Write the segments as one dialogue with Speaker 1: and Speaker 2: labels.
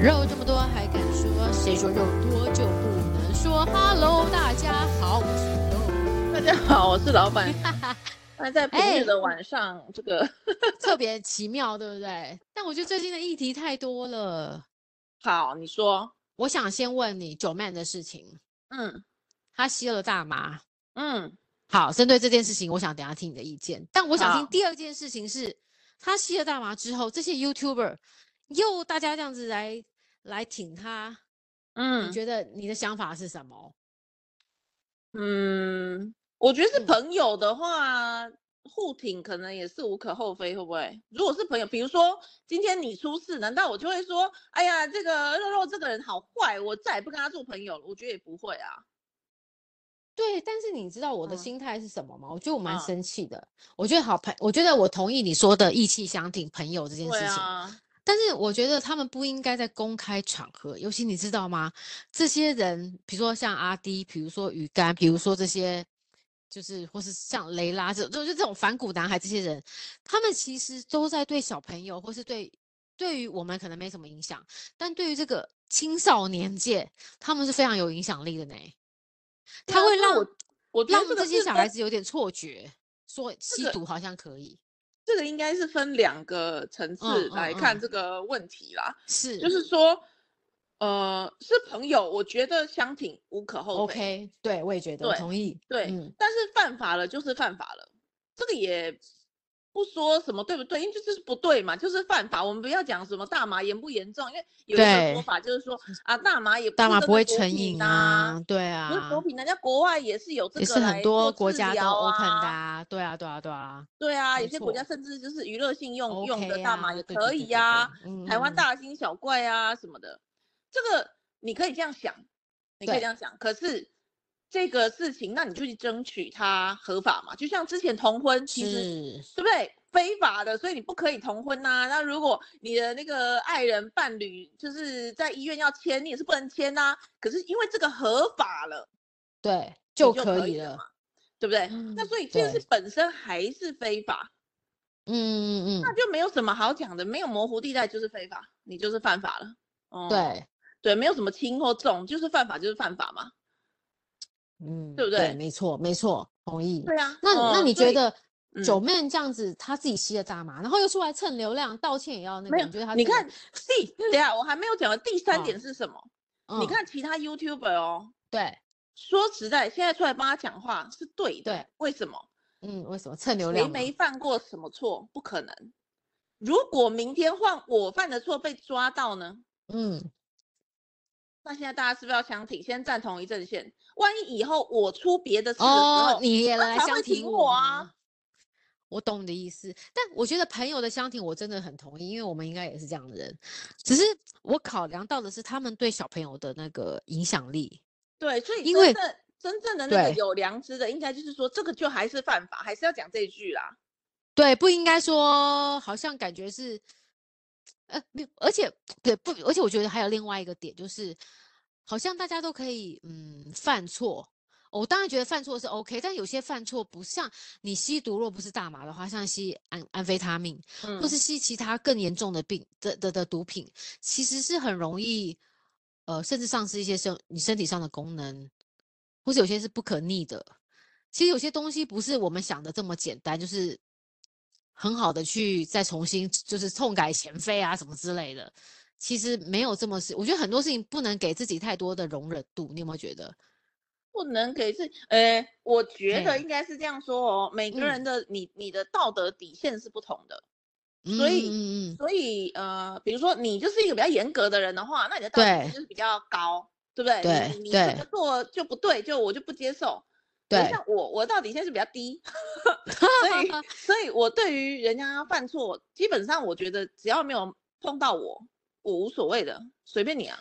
Speaker 1: 肉这么多还敢说？谁说肉多就不能说？Hello，大家好，我是肉。
Speaker 2: 大家好，我是 老板。那在平日的晚上，这
Speaker 1: 哎
Speaker 2: 个
Speaker 1: 特别奇妙，对不对？但我觉得最近的议题太多了。
Speaker 2: 好，你说，
Speaker 1: 我想先问你九妹的事情，
Speaker 2: 嗯
Speaker 1: 她吸了大麻。
Speaker 2: 嗯，
Speaker 1: 好，针对这件事情，我想等一下听你的意见。但我想听
Speaker 2: 好
Speaker 1: 第二件事情是，她吸了大麻之后，这些 YouTuber 又大家这样子来来挺她，你
Speaker 2: 嗯
Speaker 1: 觉得你的想法是什么？
Speaker 2: 嗯，我觉得是
Speaker 1: 嗯
Speaker 2: 朋友的话，互挺可能也是无可厚非，会不会？如果是朋友，比如说今天你出事，难道我就会说，哎呀，这个肉肉这个人好坏，我再也不跟他做朋友了？我觉得也不会啊。
Speaker 1: 对，但是你知道我的
Speaker 2: 嗯
Speaker 1: 心态是什么吗？我觉得我蛮
Speaker 2: 嗯
Speaker 1: 生气的。我觉得好朋，我觉得我同意你说的义气相挺朋友这件事
Speaker 2: 对
Speaker 1: 情，
Speaker 2: 啊，
Speaker 1: 但是我觉得他们不应该在公开场合，尤其你知道吗？这些人，比如说像阿迪，比如说鱼竿，比如说这些，就是或是像雷拉这种，就是这种反骨男孩这些人，他们其实都在对小朋友，或是对对于我们可能没什么影响，但对于这个青少年界，他们是非常有影响力的呢。他会
Speaker 2: 对啊所以
Speaker 1: 让
Speaker 2: 啊我，我觉
Speaker 1: 让
Speaker 2: 得这个
Speaker 1: 这些
Speaker 2: 是
Speaker 1: 小
Speaker 2: 分
Speaker 1: 孩子有点错觉，说吸
Speaker 2: 个
Speaker 1: 毒好像可以，
Speaker 2: 这个应该是分两个层次
Speaker 1: 嗯
Speaker 2: 来
Speaker 1: 嗯
Speaker 2: 看
Speaker 1: 嗯
Speaker 2: 这个问题啦。
Speaker 1: 是
Speaker 2: 就是说，呃，是朋友，我觉得相挺无可厚非。
Speaker 1: OK，对我也觉得我
Speaker 2: 对
Speaker 1: 同意，
Speaker 2: 对，
Speaker 1: 嗯
Speaker 2: 但是犯法了就是犯法了，这个也不说什么对不对，因为就是不对嘛，就是犯法。我们不要讲什么大麻严不严重，因为有一个
Speaker 1: 对
Speaker 2: 说法就是说啊，大麻也
Speaker 1: 大
Speaker 2: 是
Speaker 1: 麻
Speaker 2: 真
Speaker 1: 不
Speaker 2: 的
Speaker 1: 会
Speaker 2: 毒
Speaker 1: 成
Speaker 2: 品
Speaker 1: 瘾
Speaker 2: 啊
Speaker 1: 啊，，对
Speaker 2: 不是
Speaker 1: 啊
Speaker 2: 毒，品，人家国外也是有这
Speaker 1: 也
Speaker 2: 个
Speaker 1: 是很
Speaker 2: 来
Speaker 1: 多
Speaker 2: 做
Speaker 1: 国
Speaker 2: 治
Speaker 1: 家都
Speaker 2: 疗
Speaker 1: open 的
Speaker 2: 啊。
Speaker 1: 啊，对啊，对啊，对啊
Speaker 2: 对啊，有
Speaker 1: 没
Speaker 2: 些国家
Speaker 1: 错
Speaker 2: 甚至就是娱乐性用用的
Speaker 1: ，OK
Speaker 2: 大麻
Speaker 1: 啊，
Speaker 2: 也
Speaker 1: 对
Speaker 2: 可
Speaker 1: 对
Speaker 2: 以
Speaker 1: 对对
Speaker 2: 呀、
Speaker 1: 对，嗯，
Speaker 2: 台湾
Speaker 1: 嗯
Speaker 2: 大惊小怪啊什么的，这个你可以这样想，你可以
Speaker 1: 对
Speaker 2: 这样想。可是这个事情，那你就去争取它合法嘛。就像之前同婚，其实
Speaker 1: 是，
Speaker 2: 对不对？非法的，所以你不可以同婚呐、那如果你的那个爱人伴侣就是在医院要签，你也是不能签呐、可是因为这个合法了，
Speaker 1: 对，
Speaker 2: 你
Speaker 1: 就
Speaker 2: 就
Speaker 1: 可
Speaker 2: 可
Speaker 1: 以
Speaker 2: 以了
Speaker 1: 了
Speaker 2: 嘛，对不对？那
Speaker 1: 嗯，
Speaker 2: 所以这件
Speaker 1: 对
Speaker 2: 事，本身还是非法。
Speaker 1: 嗯嗯
Speaker 2: 那
Speaker 1: 嗯，
Speaker 2: 就没有什么好讲的，没有模糊地带就是非法，你就是犯法了。哦、
Speaker 1: 对，
Speaker 2: 对，没有什么轻或重，就是犯法就是犯法嘛。
Speaker 1: 嗯，
Speaker 2: 对不对
Speaker 1: 没错，没错，同意。
Speaker 2: 对啊，
Speaker 1: 那
Speaker 2: 哦
Speaker 1: 那你
Speaker 2: 所
Speaker 1: 觉
Speaker 2: 以
Speaker 1: 得
Speaker 2: 嗯
Speaker 1: 九妹这样子，她自己吸了大麻，然后又出来蹭流量，道歉也要那个，
Speaker 2: 没有
Speaker 1: 你觉得她
Speaker 2: 你
Speaker 1: 这个
Speaker 2: 看第，等一下我还没有讲的第三
Speaker 1: 哦
Speaker 2: 点是什么？
Speaker 1: 嗯
Speaker 2: 你看其他 YouTuber 哦，
Speaker 1: 对
Speaker 2: 说实在，现在出来帮他讲话是对的，
Speaker 1: 对
Speaker 2: 为什么？
Speaker 1: 嗯，为什么蹭流
Speaker 2: 谁
Speaker 1: 量嘛？
Speaker 2: 没犯过什么错？不可能。如果明天换我犯的错被抓到呢？
Speaker 1: 嗯，
Speaker 2: 那现在大家是不是要相挺，先站同一阵线？万一以后我出别的事的时候，
Speaker 1: 哦，你也
Speaker 2: 他
Speaker 1: 来
Speaker 2: 才
Speaker 1: 相
Speaker 2: 会
Speaker 1: 挺
Speaker 2: 挺我啊
Speaker 1: 吗。我懂你的意思，但我觉得朋友的相挺我真的很同意，因为我们应该也是这样的人。只是我考量到的是他们对小朋友的那个影响力。
Speaker 2: 对，所以
Speaker 1: 因
Speaker 2: 真
Speaker 1: 为
Speaker 2: 正真正的那个
Speaker 1: 对
Speaker 2: 有良知的，应该就是说这个就还是犯法，还是要讲这一句啦。
Speaker 1: 对，不应该说，好像感觉是，呃，没有，而且对不，而且我觉得还有另外一个点，就是好像大家都可以，嗯，犯错。我当然觉得犯错是 OK，但有些犯错不像你吸毒，若不是大麻的话，像吸安安非他命，
Speaker 2: 嗯
Speaker 1: 或是吸其他更严重的病的的的毒品，其实是很容易，呃，甚至丧失一些身你身体上的功能，或是有些是不可逆的。其实有些东西不是我们想的这么简单，就是很好的去再重新就是痛改前非啊什么之类的。其实没有这么事，我觉得很多事情不能给自己太多的容忍度，你有没有觉得？
Speaker 2: 不能给自己，呃，我觉得
Speaker 1: 嘿
Speaker 2: 应该是这样说哦，每个
Speaker 1: 嗯
Speaker 2: 人的、你你的道德底线是不同的，所以
Speaker 1: 嗯嗯嗯，
Speaker 2: 所以呃，比如说你就是一个比较严格的人的话，那你的道德底
Speaker 1: 对
Speaker 2: 线就是比较高，对不对？
Speaker 1: 对
Speaker 2: 你你
Speaker 1: 对
Speaker 2: 这个做就不对，就我就不接受。可是
Speaker 1: 对，
Speaker 2: 像我，我到底现在是比较低， 所以，所以我对于人家犯错，基本上我觉得只要没有碰到我，我无所谓的，随便你啊。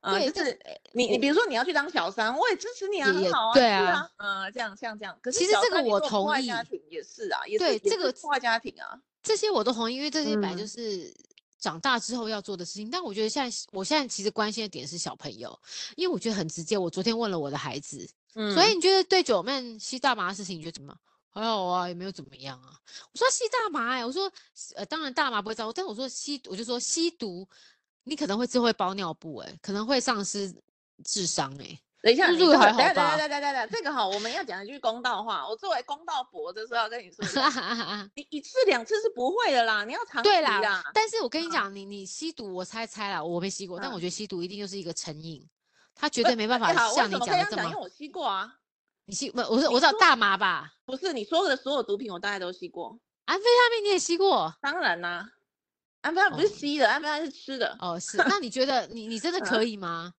Speaker 2: 啊、
Speaker 1: 对
Speaker 2: 就
Speaker 1: 但
Speaker 2: 是你，你比如说你要去当小三，我也支持你啊，
Speaker 1: 也也
Speaker 2: 很好啊，
Speaker 1: 对
Speaker 2: 是
Speaker 1: 啊
Speaker 2: 啊，嗯、这样像这样。可是
Speaker 1: 其实
Speaker 2: 小
Speaker 1: 这个
Speaker 2: 三你
Speaker 1: 我
Speaker 2: 说破
Speaker 1: 同
Speaker 2: 坏家
Speaker 1: 意
Speaker 2: 庭也是啊，也是
Speaker 1: 对
Speaker 2: 也
Speaker 1: 这
Speaker 2: 是
Speaker 1: 个
Speaker 2: 破坏家庭啊，
Speaker 1: 这些我都同意，因为这些本来就
Speaker 2: 嗯
Speaker 1: 是长大之后要做的事情。但我觉得现在是，我现在其实关心的点是小朋友，因为我觉得很直接。我昨天问了我的孩子，
Speaker 2: 嗯，
Speaker 1: 所以你觉得对九妹吸大麻的事情，你觉得怎么样？还好啊，也没有怎么样啊。我说吸大麻、欸，我说呃，当然大麻不会造，但我说吸，我就说吸毒你可能会智慧包尿布、欸，哎，可能会丧失智商、欸， 哎。
Speaker 2: 等一下，
Speaker 1: 入
Speaker 2: 你
Speaker 1: 入
Speaker 2: 这
Speaker 1: 还
Speaker 2: 个
Speaker 1: 好
Speaker 2: 等一下等
Speaker 1: 吧
Speaker 2: 一下等一下等一下，这个哈，我们要讲一句公道话。我作为公道伯，这时候要跟你说 一下，你一次两次是不会的啦，你要长期
Speaker 1: 对啦
Speaker 2: 啦。
Speaker 1: 但是我跟你
Speaker 2: 嗯
Speaker 1: 讲，你你吸毒，我猜猜啦，我没吸过，但
Speaker 2: 嗯呃
Speaker 1: 我觉得吸毒一定就是一个成瘾，他绝
Speaker 2: 绝
Speaker 1: 对没办法像你
Speaker 2: 讲
Speaker 1: 讲的这
Speaker 2: 讲，因哎为
Speaker 1: 么。
Speaker 2: 我吸过啊，
Speaker 1: 你吸不？我是
Speaker 2: 你
Speaker 1: 我知道
Speaker 2: 说
Speaker 1: 大麻吧，
Speaker 2: 不是你说的所有毒品，我大概都吸过。
Speaker 1: 安非他命你也吸过
Speaker 2: 当然啦、安非他不
Speaker 1: 哦
Speaker 2: 是吸的，安非他是吃的。
Speaker 1: 哦， 是。那你觉得你你真的可以吗？
Speaker 2: 嗯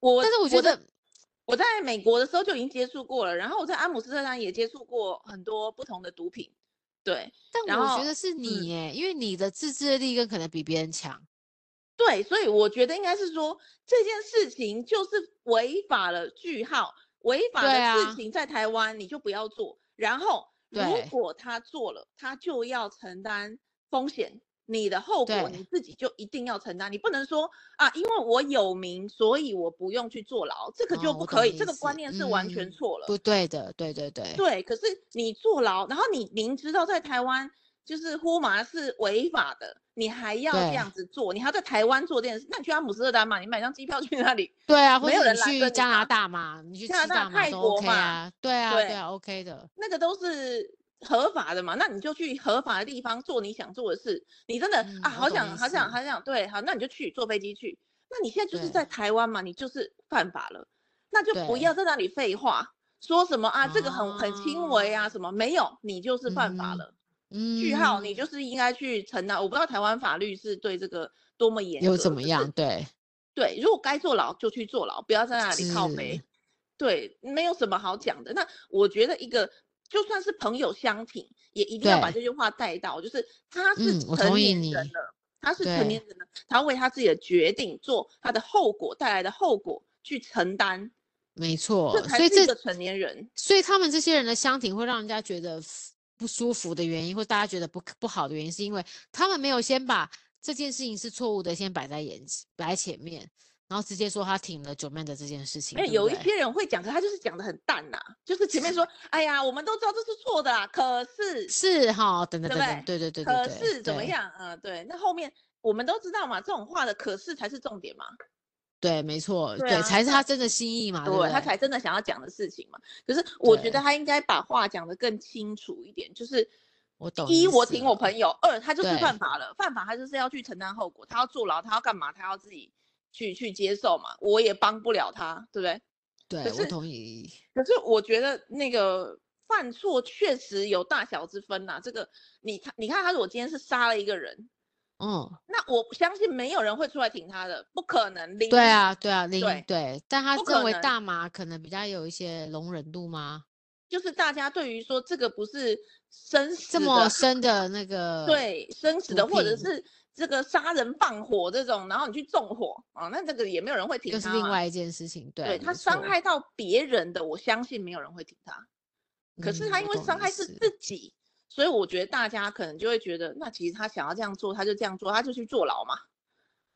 Speaker 2: 我
Speaker 1: 但是我觉
Speaker 2: 的
Speaker 1: 得
Speaker 2: 我在美国的时候就已经接触过了，然后我在阿姆斯特丹也接触过很多不同的毒品。对
Speaker 1: 但
Speaker 2: 然
Speaker 1: 我觉
Speaker 2: 后嗯
Speaker 1: 得是你耶，因为你的自制力跟可能比别人强。
Speaker 2: 呃对，所以我觉得应该是说这件事情就是违法了，句号，违法
Speaker 1: 对
Speaker 2: 的
Speaker 1: 啊
Speaker 2: 事情在台湾你就不要做。然后如
Speaker 1: 对
Speaker 2: 果他做了，他就要承担风险。你的后果
Speaker 1: 对
Speaker 2: 你自己就一定要承担，你不能说啊，因为我有名，所以我不用去坐牢，这个
Speaker 1: 哦
Speaker 2: 就
Speaker 1: 我
Speaker 2: 不
Speaker 1: 懂
Speaker 2: 可以，
Speaker 1: 你
Speaker 2: 这个
Speaker 1: 意
Speaker 2: 观
Speaker 1: 思
Speaker 2: 念是完全
Speaker 1: 嗯
Speaker 2: 错了。
Speaker 1: 不对的，对对对，
Speaker 2: 对，可是你坐牢，然后你明知道在台湾就是呼麻是违法的，你还要这
Speaker 1: 对
Speaker 2: 样子做，你还要在台湾做这件事，那你去阿姆斯特丹嘛，你买张机票去那里，
Speaker 1: 对啊，或
Speaker 2: 没有
Speaker 1: 者
Speaker 2: 人
Speaker 1: 你
Speaker 2: 拦着
Speaker 1: 去
Speaker 2: 你
Speaker 1: 加拿
Speaker 2: 嘛
Speaker 1: 大嘛，你去吃
Speaker 2: 加拿大
Speaker 1: 大麻
Speaker 2: 泰
Speaker 1: 都
Speaker 2: 国
Speaker 1: OK
Speaker 2: 嘛
Speaker 1: 啊，对啊，对
Speaker 2: 对
Speaker 1: 啊，OK 的，
Speaker 2: 那个都是合法的嘛，那你就去合法的地方做你想做的事。你真的、
Speaker 1: 嗯
Speaker 2: 啊，
Speaker 1: 我
Speaker 2: 好
Speaker 1: 懂
Speaker 2: 想
Speaker 1: 意
Speaker 2: 好想
Speaker 1: 思
Speaker 2: 好想，对，好，那你就去坐飞机去。那你现在就是
Speaker 1: 对
Speaker 2: 在台湾嘛，你就是犯法了，那就不
Speaker 1: 对
Speaker 2: 要在那里废话，说什么啊，这个很很轻微啊，
Speaker 1: 啊
Speaker 2: 什么没有，你就是犯
Speaker 1: 嗯
Speaker 2: 法
Speaker 1: 哼
Speaker 2: 了。
Speaker 1: 嗯，
Speaker 2: 句号，你就是应该去承担。我不知道台湾法律是对这个多么严格，
Speaker 1: 又怎 么
Speaker 2: 可是
Speaker 1: 样？对，
Speaker 2: 对，如果该坐牢就去坐牢，不要在那里靠
Speaker 1: 是
Speaker 2: 背。对，没有什么好讲的。那我觉得一个就算是朋友相挺，也一定要把
Speaker 1: 对
Speaker 2: 这句话带到，就是他是
Speaker 1: 嗯我
Speaker 2: 成
Speaker 1: 同意
Speaker 2: 年人
Speaker 1: 你
Speaker 2: 了，他是
Speaker 1: 对
Speaker 2: 成年人了，他为他自己的决定做他的后果带来的后果去承担，
Speaker 1: 没错
Speaker 2: 这，才
Speaker 1: 哦所以
Speaker 2: 是
Speaker 1: 这
Speaker 2: 一个成年人。
Speaker 1: 所以他们这些人的相挺会让人家觉得不舒服的原因，或大家觉得不不好的原因，是因为他们没有先把这件事情是错误的先摆在眼摆在前面，然后直接说他挺了九妹的这件事情。
Speaker 2: 没
Speaker 1: 对
Speaker 2: 哎有
Speaker 1: 不
Speaker 2: 有一
Speaker 1: 对
Speaker 2: 些人会讲，可他就是讲的很淡呐、就是前面说，哎呀，我们都知道这是错的啊，可是
Speaker 1: 是哈，等等
Speaker 2: 对
Speaker 1: 等
Speaker 2: 不
Speaker 1: 等，对对对对
Speaker 2: 可
Speaker 1: 对，
Speaker 2: 是怎么
Speaker 1: 对？
Speaker 2: 样？嗯、对，那后面我们都知道嘛，这种话的可是才是重点嘛，
Speaker 1: 对，没错，
Speaker 2: 对啊
Speaker 1: 才是
Speaker 2: 那
Speaker 1: 他真的心意啊嘛，对不
Speaker 2: 他
Speaker 1: 对
Speaker 2: 才真的想要讲的事情嘛。可是我觉
Speaker 1: 对
Speaker 2: 得他应该把话讲得更清楚一点，就是
Speaker 1: 我懂
Speaker 2: 一
Speaker 1: 意
Speaker 2: 我
Speaker 1: 思
Speaker 2: 挺我
Speaker 1: 了
Speaker 2: 朋友，二他就是
Speaker 1: 对
Speaker 2: 犯法了，犯法他就是要去承担后果，他要坐牢，他要干嘛？他要自己去去接受嘛，我也帮不了他，对不对？
Speaker 1: 对，我
Speaker 2: 是
Speaker 1: 同意。
Speaker 2: 可是我觉得那个犯错确实有大小之分呐、这个你看，你看他如果今天是杀了一个人，
Speaker 1: 嗯，
Speaker 2: 那我相信没有人会出来挺他的，不可能。零
Speaker 1: 对，啊，对啊，零
Speaker 2: 对
Speaker 1: 对，但他
Speaker 2: 不
Speaker 1: 认
Speaker 2: 可
Speaker 1: 为
Speaker 2: 能
Speaker 1: 大麻可能比较有一些容忍度吗？
Speaker 2: 就是大家对于说这个不是生死
Speaker 1: 这
Speaker 2: 的
Speaker 1: 么深的那个，
Speaker 2: 对生
Speaker 1: 毒
Speaker 2: 死的，或者
Speaker 1: 品
Speaker 2: 是这个杀人放火这种，然后你去纵火啊，那这个也没有人会挺
Speaker 1: 又
Speaker 2: 他
Speaker 1: 是另
Speaker 2: 嘛
Speaker 1: 外一件事情。对
Speaker 2: 对
Speaker 1: 没
Speaker 2: 他伤
Speaker 1: 错
Speaker 2: 害到别人的，我相信没有人会挺他。可是
Speaker 1: 嗯
Speaker 2: 他
Speaker 1: 我
Speaker 2: 因为
Speaker 1: 懂
Speaker 2: 伤
Speaker 1: 意
Speaker 2: 害是
Speaker 1: 思
Speaker 2: 自己，所以我觉得大家可能就会觉得，那其实他想要这样做，他就这样做，他就去坐牢嘛，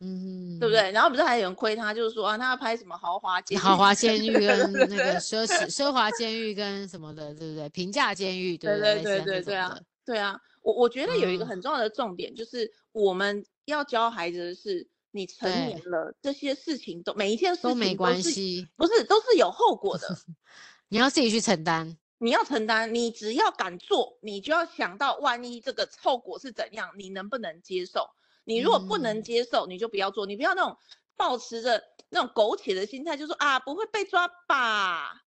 Speaker 1: 嗯，
Speaker 2: 对不？对？然后不是还有人亏他，就是说啊，那他拍什么豪华监
Speaker 1: 豪
Speaker 2: 狱
Speaker 1: 华
Speaker 2: 之类
Speaker 1: 监狱
Speaker 2: 的
Speaker 1: 跟那
Speaker 2: 对
Speaker 1: 个奢侈奢华监狱跟什么的，对不对？平价监狱，
Speaker 2: 对
Speaker 1: 不
Speaker 2: 对
Speaker 1: 类似
Speaker 2: 对
Speaker 1: 像这
Speaker 2: 对对
Speaker 1: 种
Speaker 2: 啊
Speaker 1: 的，
Speaker 2: 对啊，我我觉得有一个
Speaker 1: 嗯
Speaker 2: 很重要的重点，就是我们要教孩子的是，你成
Speaker 1: 对
Speaker 2: 年了，这些事情都每一件事情
Speaker 1: 都没关
Speaker 2: 是，
Speaker 1: 系，
Speaker 2: 不是都是有后果的，
Speaker 1: 你要自己去承担。
Speaker 2: 你要承担，你只要敢做，你就要想到万一这个后果是怎样，你能不能接受？你如果不能
Speaker 1: 嗯
Speaker 2: 接受，你就不要做，你不要那种抱持着那种苟且的心态，就说啊不会被抓吧，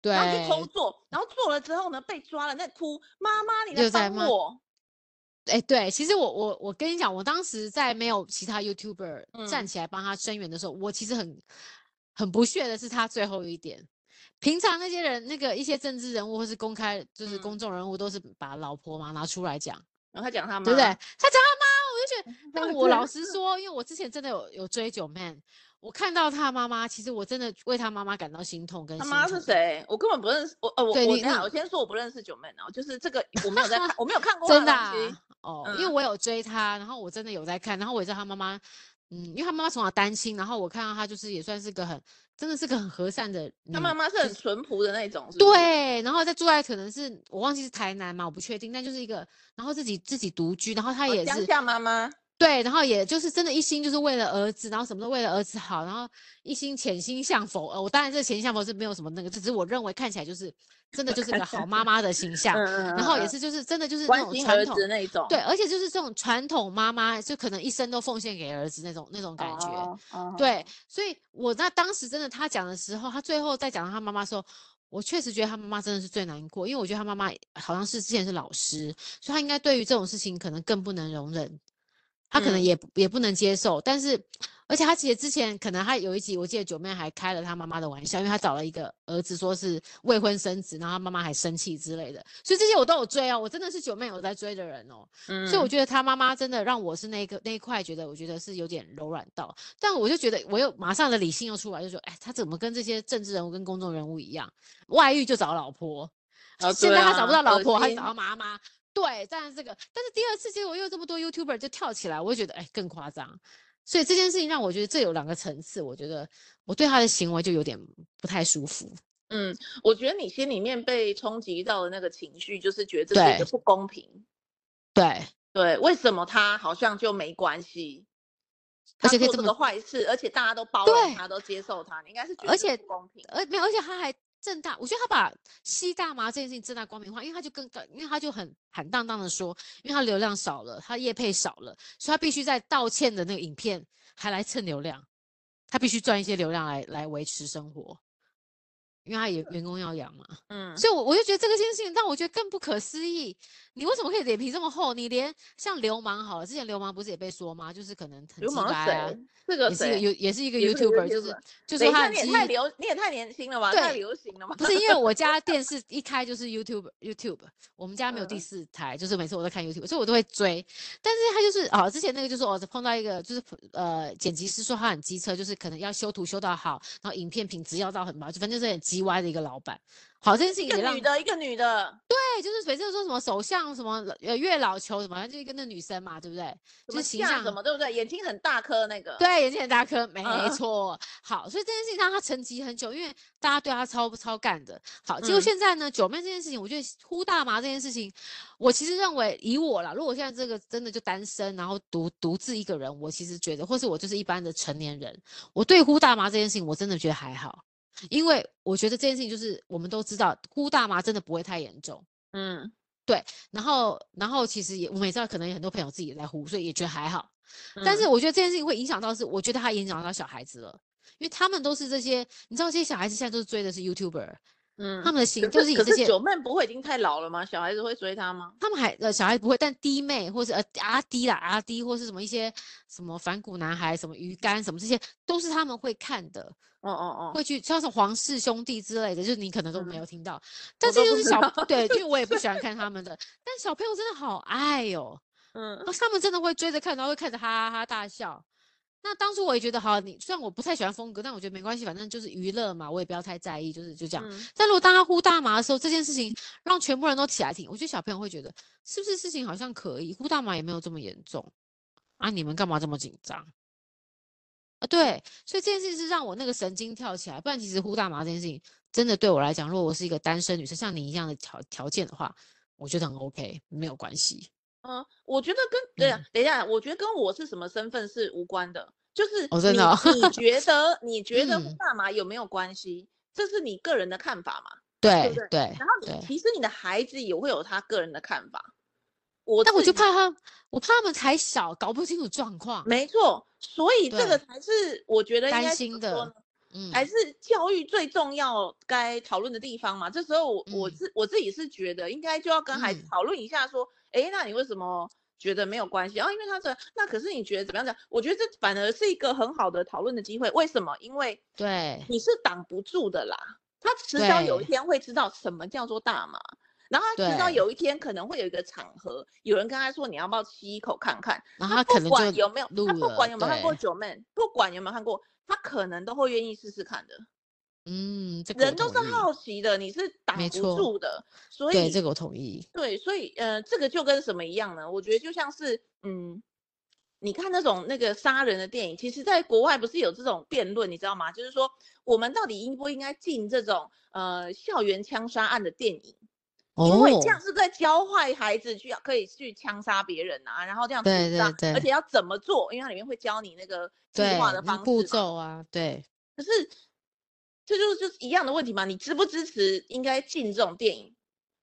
Speaker 1: 对，
Speaker 2: 然后你就偷做，然后做了之后呢被抓了，那哭妈妈你来
Speaker 1: 又在
Speaker 2: 帮
Speaker 1: 骂
Speaker 2: 我，
Speaker 1: 哎，对，其实我我我跟你讲，我当时在没有其他 YouTuber 站
Speaker 2: 嗯
Speaker 1: 起来帮他声援的时候，我其实很很不屑的是他最后一点。平常那些人，那个一些政治人物或是公开就是
Speaker 2: 嗯
Speaker 1: 公众人物，都是把老婆嘛拿出来讲，
Speaker 2: 然后他讲他妈，
Speaker 1: 对不对？他讲他妈，我就觉得，但我
Speaker 2: 嗯对
Speaker 1: 老实说，因为我之前真的有有追九 man，我看到他妈妈，其实我真的为他妈妈感到心痛跟
Speaker 2: 他
Speaker 1: 心
Speaker 2: 妈是
Speaker 1: 疼？
Speaker 2: 谁？我根本不认识。我呃，我我
Speaker 1: 对
Speaker 2: 等
Speaker 1: 你
Speaker 2: 一下
Speaker 1: 你
Speaker 2: 我先说我不认识九妹啊，就是这个我没 有在看，我没有看过
Speaker 1: 真的、
Speaker 2: 他东西。
Speaker 1: 啊、哦，因为
Speaker 2: 嗯
Speaker 1: 我有追他，然后我真的有在看，然后我也知道他妈妈，嗯，因为他妈妈从小单亲，然后我看到他就是也算是个很，真的是个很和善的女，
Speaker 2: 他妈妈是很淳朴的那种，是不是，
Speaker 1: 嗯对，然后在住在可能是我忘记是台南嘛，我不确定，但就是一个，然后自己自己独居，然后他
Speaker 2: 哦
Speaker 1: 也
Speaker 2: 乡
Speaker 1: 是
Speaker 2: 下妈妈。
Speaker 1: 对，然后也就是真的，一心就是为了儿子，然后什么都为了儿子好，然后一心潜心向佛。呃，我当然这个潜心向佛是没有什么那个，只是我认为看起来就是真的就是
Speaker 2: 看
Speaker 1: 个
Speaker 2: 起来
Speaker 1: 好妈妈的形象，
Speaker 2: 嗯嗯嗯
Speaker 1: 然后也
Speaker 2: 嗯
Speaker 1: 是就是真的就是那
Speaker 2: 关
Speaker 1: 种
Speaker 2: 心
Speaker 1: 传
Speaker 2: 儿
Speaker 1: 统，
Speaker 2: 子那一种，
Speaker 1: 对，而且就是这种传统妈妈，就可能一生都奉献给儿子那种那种感觉。
Speaker 2: 哦，哦
Speaker 1: 对，，所以我那当时真的他讲的时候，他最后在讲到他妈妈的时候，我确实觉得他妈妈真的是最难过，因为我觉得他妈妈好像是之前是老师，所以他应该对于这种事情可能更不能容忍，他可能
Speaker 2: 嗯
Speaker 1: 也、也不能接受。但是，而且他其实之前可能他有一集，我记得九妹还开了他妈妈的玩笑，因为他找了一个儿子说是未婚生子，然后他妈妈还生气之类的，所以这些我都有追哦，我真的是九妹有在追的人哦。
Speaker 2: 嗯
Speaker 1: 所以我觉得他妈妈真的让我是那个那一块，觉得我觉得是有点柔软到，但我就觉得我又马上的理性又出来，就说，哎，他怎么跟这些政治人物跟公众人物一样，外遇就找老婆，
Speaker 2: 哦
Speaker 1: 现
Speaker 2: 对
Speaker 1: 在他找不
Speaker 2: 啊
Speaker 1: 到老
Speaker 2: 恶
Speaker 1: 婆，他就
Speaker 2: 心
Speaker 1: 找到妈妈。对，当然这个，但是第二次结果又有这么多 YouTuber 就跳起来，我就觉得哎更夸张，所以这件事情让我觉得这有两个层次，我觉得我对他的行为就有点不太舒服。
Speaker 2: 嗯，我觉得你心里面被冲击到的那个情绪，就是觉得这是一个
Speaker 1: 对
Speaker 2: 不公平。
Speaker 1: 对，
Speaker 2: 对，为什么他好像就没关系？
Speaker 1: 而
Speaker 2: 他
Speaker 1: 且可以
Speaker 2: 做
Speaker 1: 这
Speaker 2: 这
Speaker 1: 么
Speaker 2: 个坏事，而且大家都包容
Speaker 1: 对
Speaker 2: 他，都接受他，你应该是觉得
Speaker 1: 而
Speaker 2: 这
Speaker 1: 且
Speaker 2: 不公平。
Speaker 1: 而没有，而且他还正大，我觉得他把吸大麻这件事情正大光明化，因为他就跟跟，因为他就很坦荡荡的说，因为他流量少了，他业配少了，所以他必须在道歉的那个影片还来蹭流量，他必须赚一些流量来来维持生活，因为他也员工要养嘛，
Speaker 2: 呃嗯，
Speaker 1: 所以我我就觉得这个件事情让我觉得更不可思议，你为什么可以脸皮这么厚？你连像流氓好了，之前流氓不是也被说吗？就是可能很
Speaker 2: 流
Speaker 1: 鸡
Speaker 2: 氓
Speaker 1: 掰啊
Speaker 2: 谁？这个
Speaker 1: 也是一个
Speaker 2: 谁？
Speaker 1: 有也是一个
Speaker 2: 也是个
Speaker 1: YouTuber，就是
Speaker 2: YouTuber
Speaker 1: 就
Speaker 2: 等
Speaker 1: 说
Speaker 2: 一下
Speaker 1: 他很
Speaker 2: 你也
Speaker 1: 激
Speaker 2: 太流，你也太年轻了吧？太
Speaker 1: 对
Speaker 2: 流行了吧？
Speaker 1: 不是因为我家电视一开就是 YouTube YouTube，我们家没有第
Speaker 2: 嗯
Speaker 1: 四台，就是每次我都看 YouTube，所以我都会追。但是他就是啊、之前那个就是我、哦、碰到一个就是呃剪辑师说他很机车，就是可能要修图修到好，然后影片品质要到很好，就反正就是很叽歪的一个老板。好，这件事情
Speaker 2: 一
Speaker 1: 也
Speaker 2: 个
Speaker 1: 让
Speaker 2: 女的，一个 女的，
Speaker 1: 对，就是每次都说什么首相什么呃月老球什么，就一个那女生嘛，对不对？
Speaker 2: 什
Speaker 1: 就
Speaker 2: 么
Speaker 1: 是形
Speaker 2: 夏
Speaker 1: 象
Speaker 2: 什么，对不对？眼睛很大颗那个。，
Speaker 1: 对，眼睛很大颗，没
Speaker 2: 嗯
Speaker 1: 错。好，所以这件事情让他沉寂很久，因为大家对他超超干的。好，结果
Speaker 2: 嗯
Speaker 1: 现在呢，九妹这件事情，我觉得呼大麻这件事情，我其实认为以我啦，如果我现在这个真的就单身，然后独独自一个人，我其实觉得，或是我就是一般的成年人，我对呼大麻这件事情，我真的觉得还好，因为我觉得这件事情就是我们都知道，呼大麻真的不会太严重。
Speaker 2: 嗯
Speaker 1: 然后，然后其实也我们也知道，可能有很多朋友自己也在呼，所以也觉得还好。但
Speaker 2: 嗯
Speaker 1: 是我觉得这件事情会影响到是，我觉得他影响到小孩子了，因为他们都是这些，你知道这些小孩子现在都是追的是 YouTuber，
Speaker 2: 嗯
Speaker 1: 他们的行
Speaker 2: 可
Speaker 1: 都是以
Speaker 2: 可
Speaker 1: 这
Speaker 2: 是
Speaker 1: 些，
Speaker 2: 九妹不会已经太老了吗？小孩子会追她吗？
Speaker 1: 他们还呃小孩不会，但弟妹或是呃阿弟啦阿弟或是什么一些什么反骨男孩、什么鱼竿什么这些，都是他们会看的，
Speaker 2: 哦哦哦，
Speaker 1: 会去像是皇室兄弟之类的，就是你可能都没
Speaker 2: 嗯
Speaker 1: 有听到，但
Speaker 2: 我
Speaker 1: 这
Speaker 2: 都
Speaker 1: 就
Speaker 2: 不
Speaker 1: 是
Speaker 2: 知
Speaker 1: 小
Speaker 2: 道
Speaker 1: 对，因为我也不喜欢看他们的，但小朋友真的好爱哟、
Speaker 2: 嗯
Speaker 1: 哦，他们真的会追着看，然后会看着哈哈哈大笑。那当初我也觉得好，你虽然我不太喜欢风格，但我觉得没关系，反正就是娱乐嘛，我也不要太在意，就是就这样。
Speaker 2: 嗯
Speaker 1: 但如果大家呼大麻的时候，这件事情让全部人都起来听，我觉得小朋友会觉得是不是事情好像可以，呼大麻也没有这么严重啊，你们干嘛这么紧张啊？对，所以这件事情是让我那个神经跳起来，不然其实呼大麻这件事情真的对我来讲，如果我是一个单身女生，像你一样的条条件的话，我觉得很 OK，没有关系。
Speaker 2: 嗯，我觉得跟对啊
Speaker 1: 嗯，
Speaker 2: 等一下，我觉得跟我是什么身份是无关的，就是
Speaker 1: 哦真的
Speaker 2: 你
Speaker 1: 哦
Speaker 2: 你觉得 你觉得
Speaker 1: 嗯
Speaker 2: 大麻有没有关系？这是你个人的看法嘛？
Speaker 1: 对
Speaker 2: 不对
Speaker 1: 对
Speaker 2: 然后你
Speaker 1: 对
Speaker 2: 其实你的孩子也会有他个人的看法。我
Speaker 1: 但我
Speaker 2: 自
Speaker 1: 就
Speaker 2: 己
Speaker 1: 怕他，我怕他们才小，搞不清楚状况，
Speaker 2: 没错，所以这个才是我觉得应
Speaker 1: 担
Speaker 2: 该怎
Speaker 1: 心
Speaker 2: 么说
Speaker 1: 的
Speaker 2: 呢
Speaker 1: 嗯，
Speaker 2: 还是教育最重要该讨论的地方嘛。这时候我我
Speaker 1: 嗯
Speaker 2: 自、我自己是觉得应该就要跟孩子
Speaker 1: 嗯
Speaker 2: 讨论一下，说，哎、那你为什么觉得没有关系？然、后因为他这，那可是你觉得怎么样讲？我觉得这反而是一个很好的讨论的机会。为什么？因为
Speaker 1: 对
Speaker 2: 你是挡不住的啦，他迟早有一
Speaker 1: 对
Speaker 2: 天会知道什么叫做大麻。然后他迟早
Speaker 1: 对
Speaker 2: 有一天可能会有一个场合，有人跟他说你要不要吸一口看看，
Speaker 1: 然后他
Speaker 2: 他
Speaker 1: 可
Speaker 2: 不
Speaker 1: 能
Speaker 2: 管
Speaker 1: 就
Speaker 2: 有没有，
Speaker 1: 录
Speaker 2: 他不管
Speaker 1: 了
Speaker 2: 有没有看过
Speaker 1: 对
Speaker 2: 九妹，不管有没有看过，他可能都会愿意试试看的。
Speaker 1: 嗯，这个我
Speaker 2: 人都
Speaker 1: 同
Speaker 2: 是
Speaker 1: 意，
Speaker 2: 好奇的，你是挡
Speaker 1: 没
Speaker 2: 不
Speaker 1: 错
Speaker 2: 住的，所
Speaker 1: 对
Speaker 2: 以
Speaker 1: 这个我同意，
Speaker 2: 对，所以呃，这个就跟什么一样呢？我觉得就像是嗯，你看那种那个杀人的电影，其实在国外不是有这种辩论，你知道吗？就是说我们到底应不应该进这种呃校园枪杀案的电影？因为
Speaker 1: 哦
Speaker 2: 这样是在教坏孩子去可以去枪杀别人啊，然后这样自
Speaker 1: 对对
Speaker 2: 杀
Speaker 1: 对
Speaker 2: 而且要怎么做，因为它里面会教你那个计
Speaker 1: 对
Speaker 2: 划的
Speaker 1: 那
Speaker 2: 方式
Speaker 1: 步
Speaker 2: 嘛
Speaker 1: 骤啊，对，
Speaker 2: 可是这就就是一样的问题嘛，你支不支持应该禁这种电影，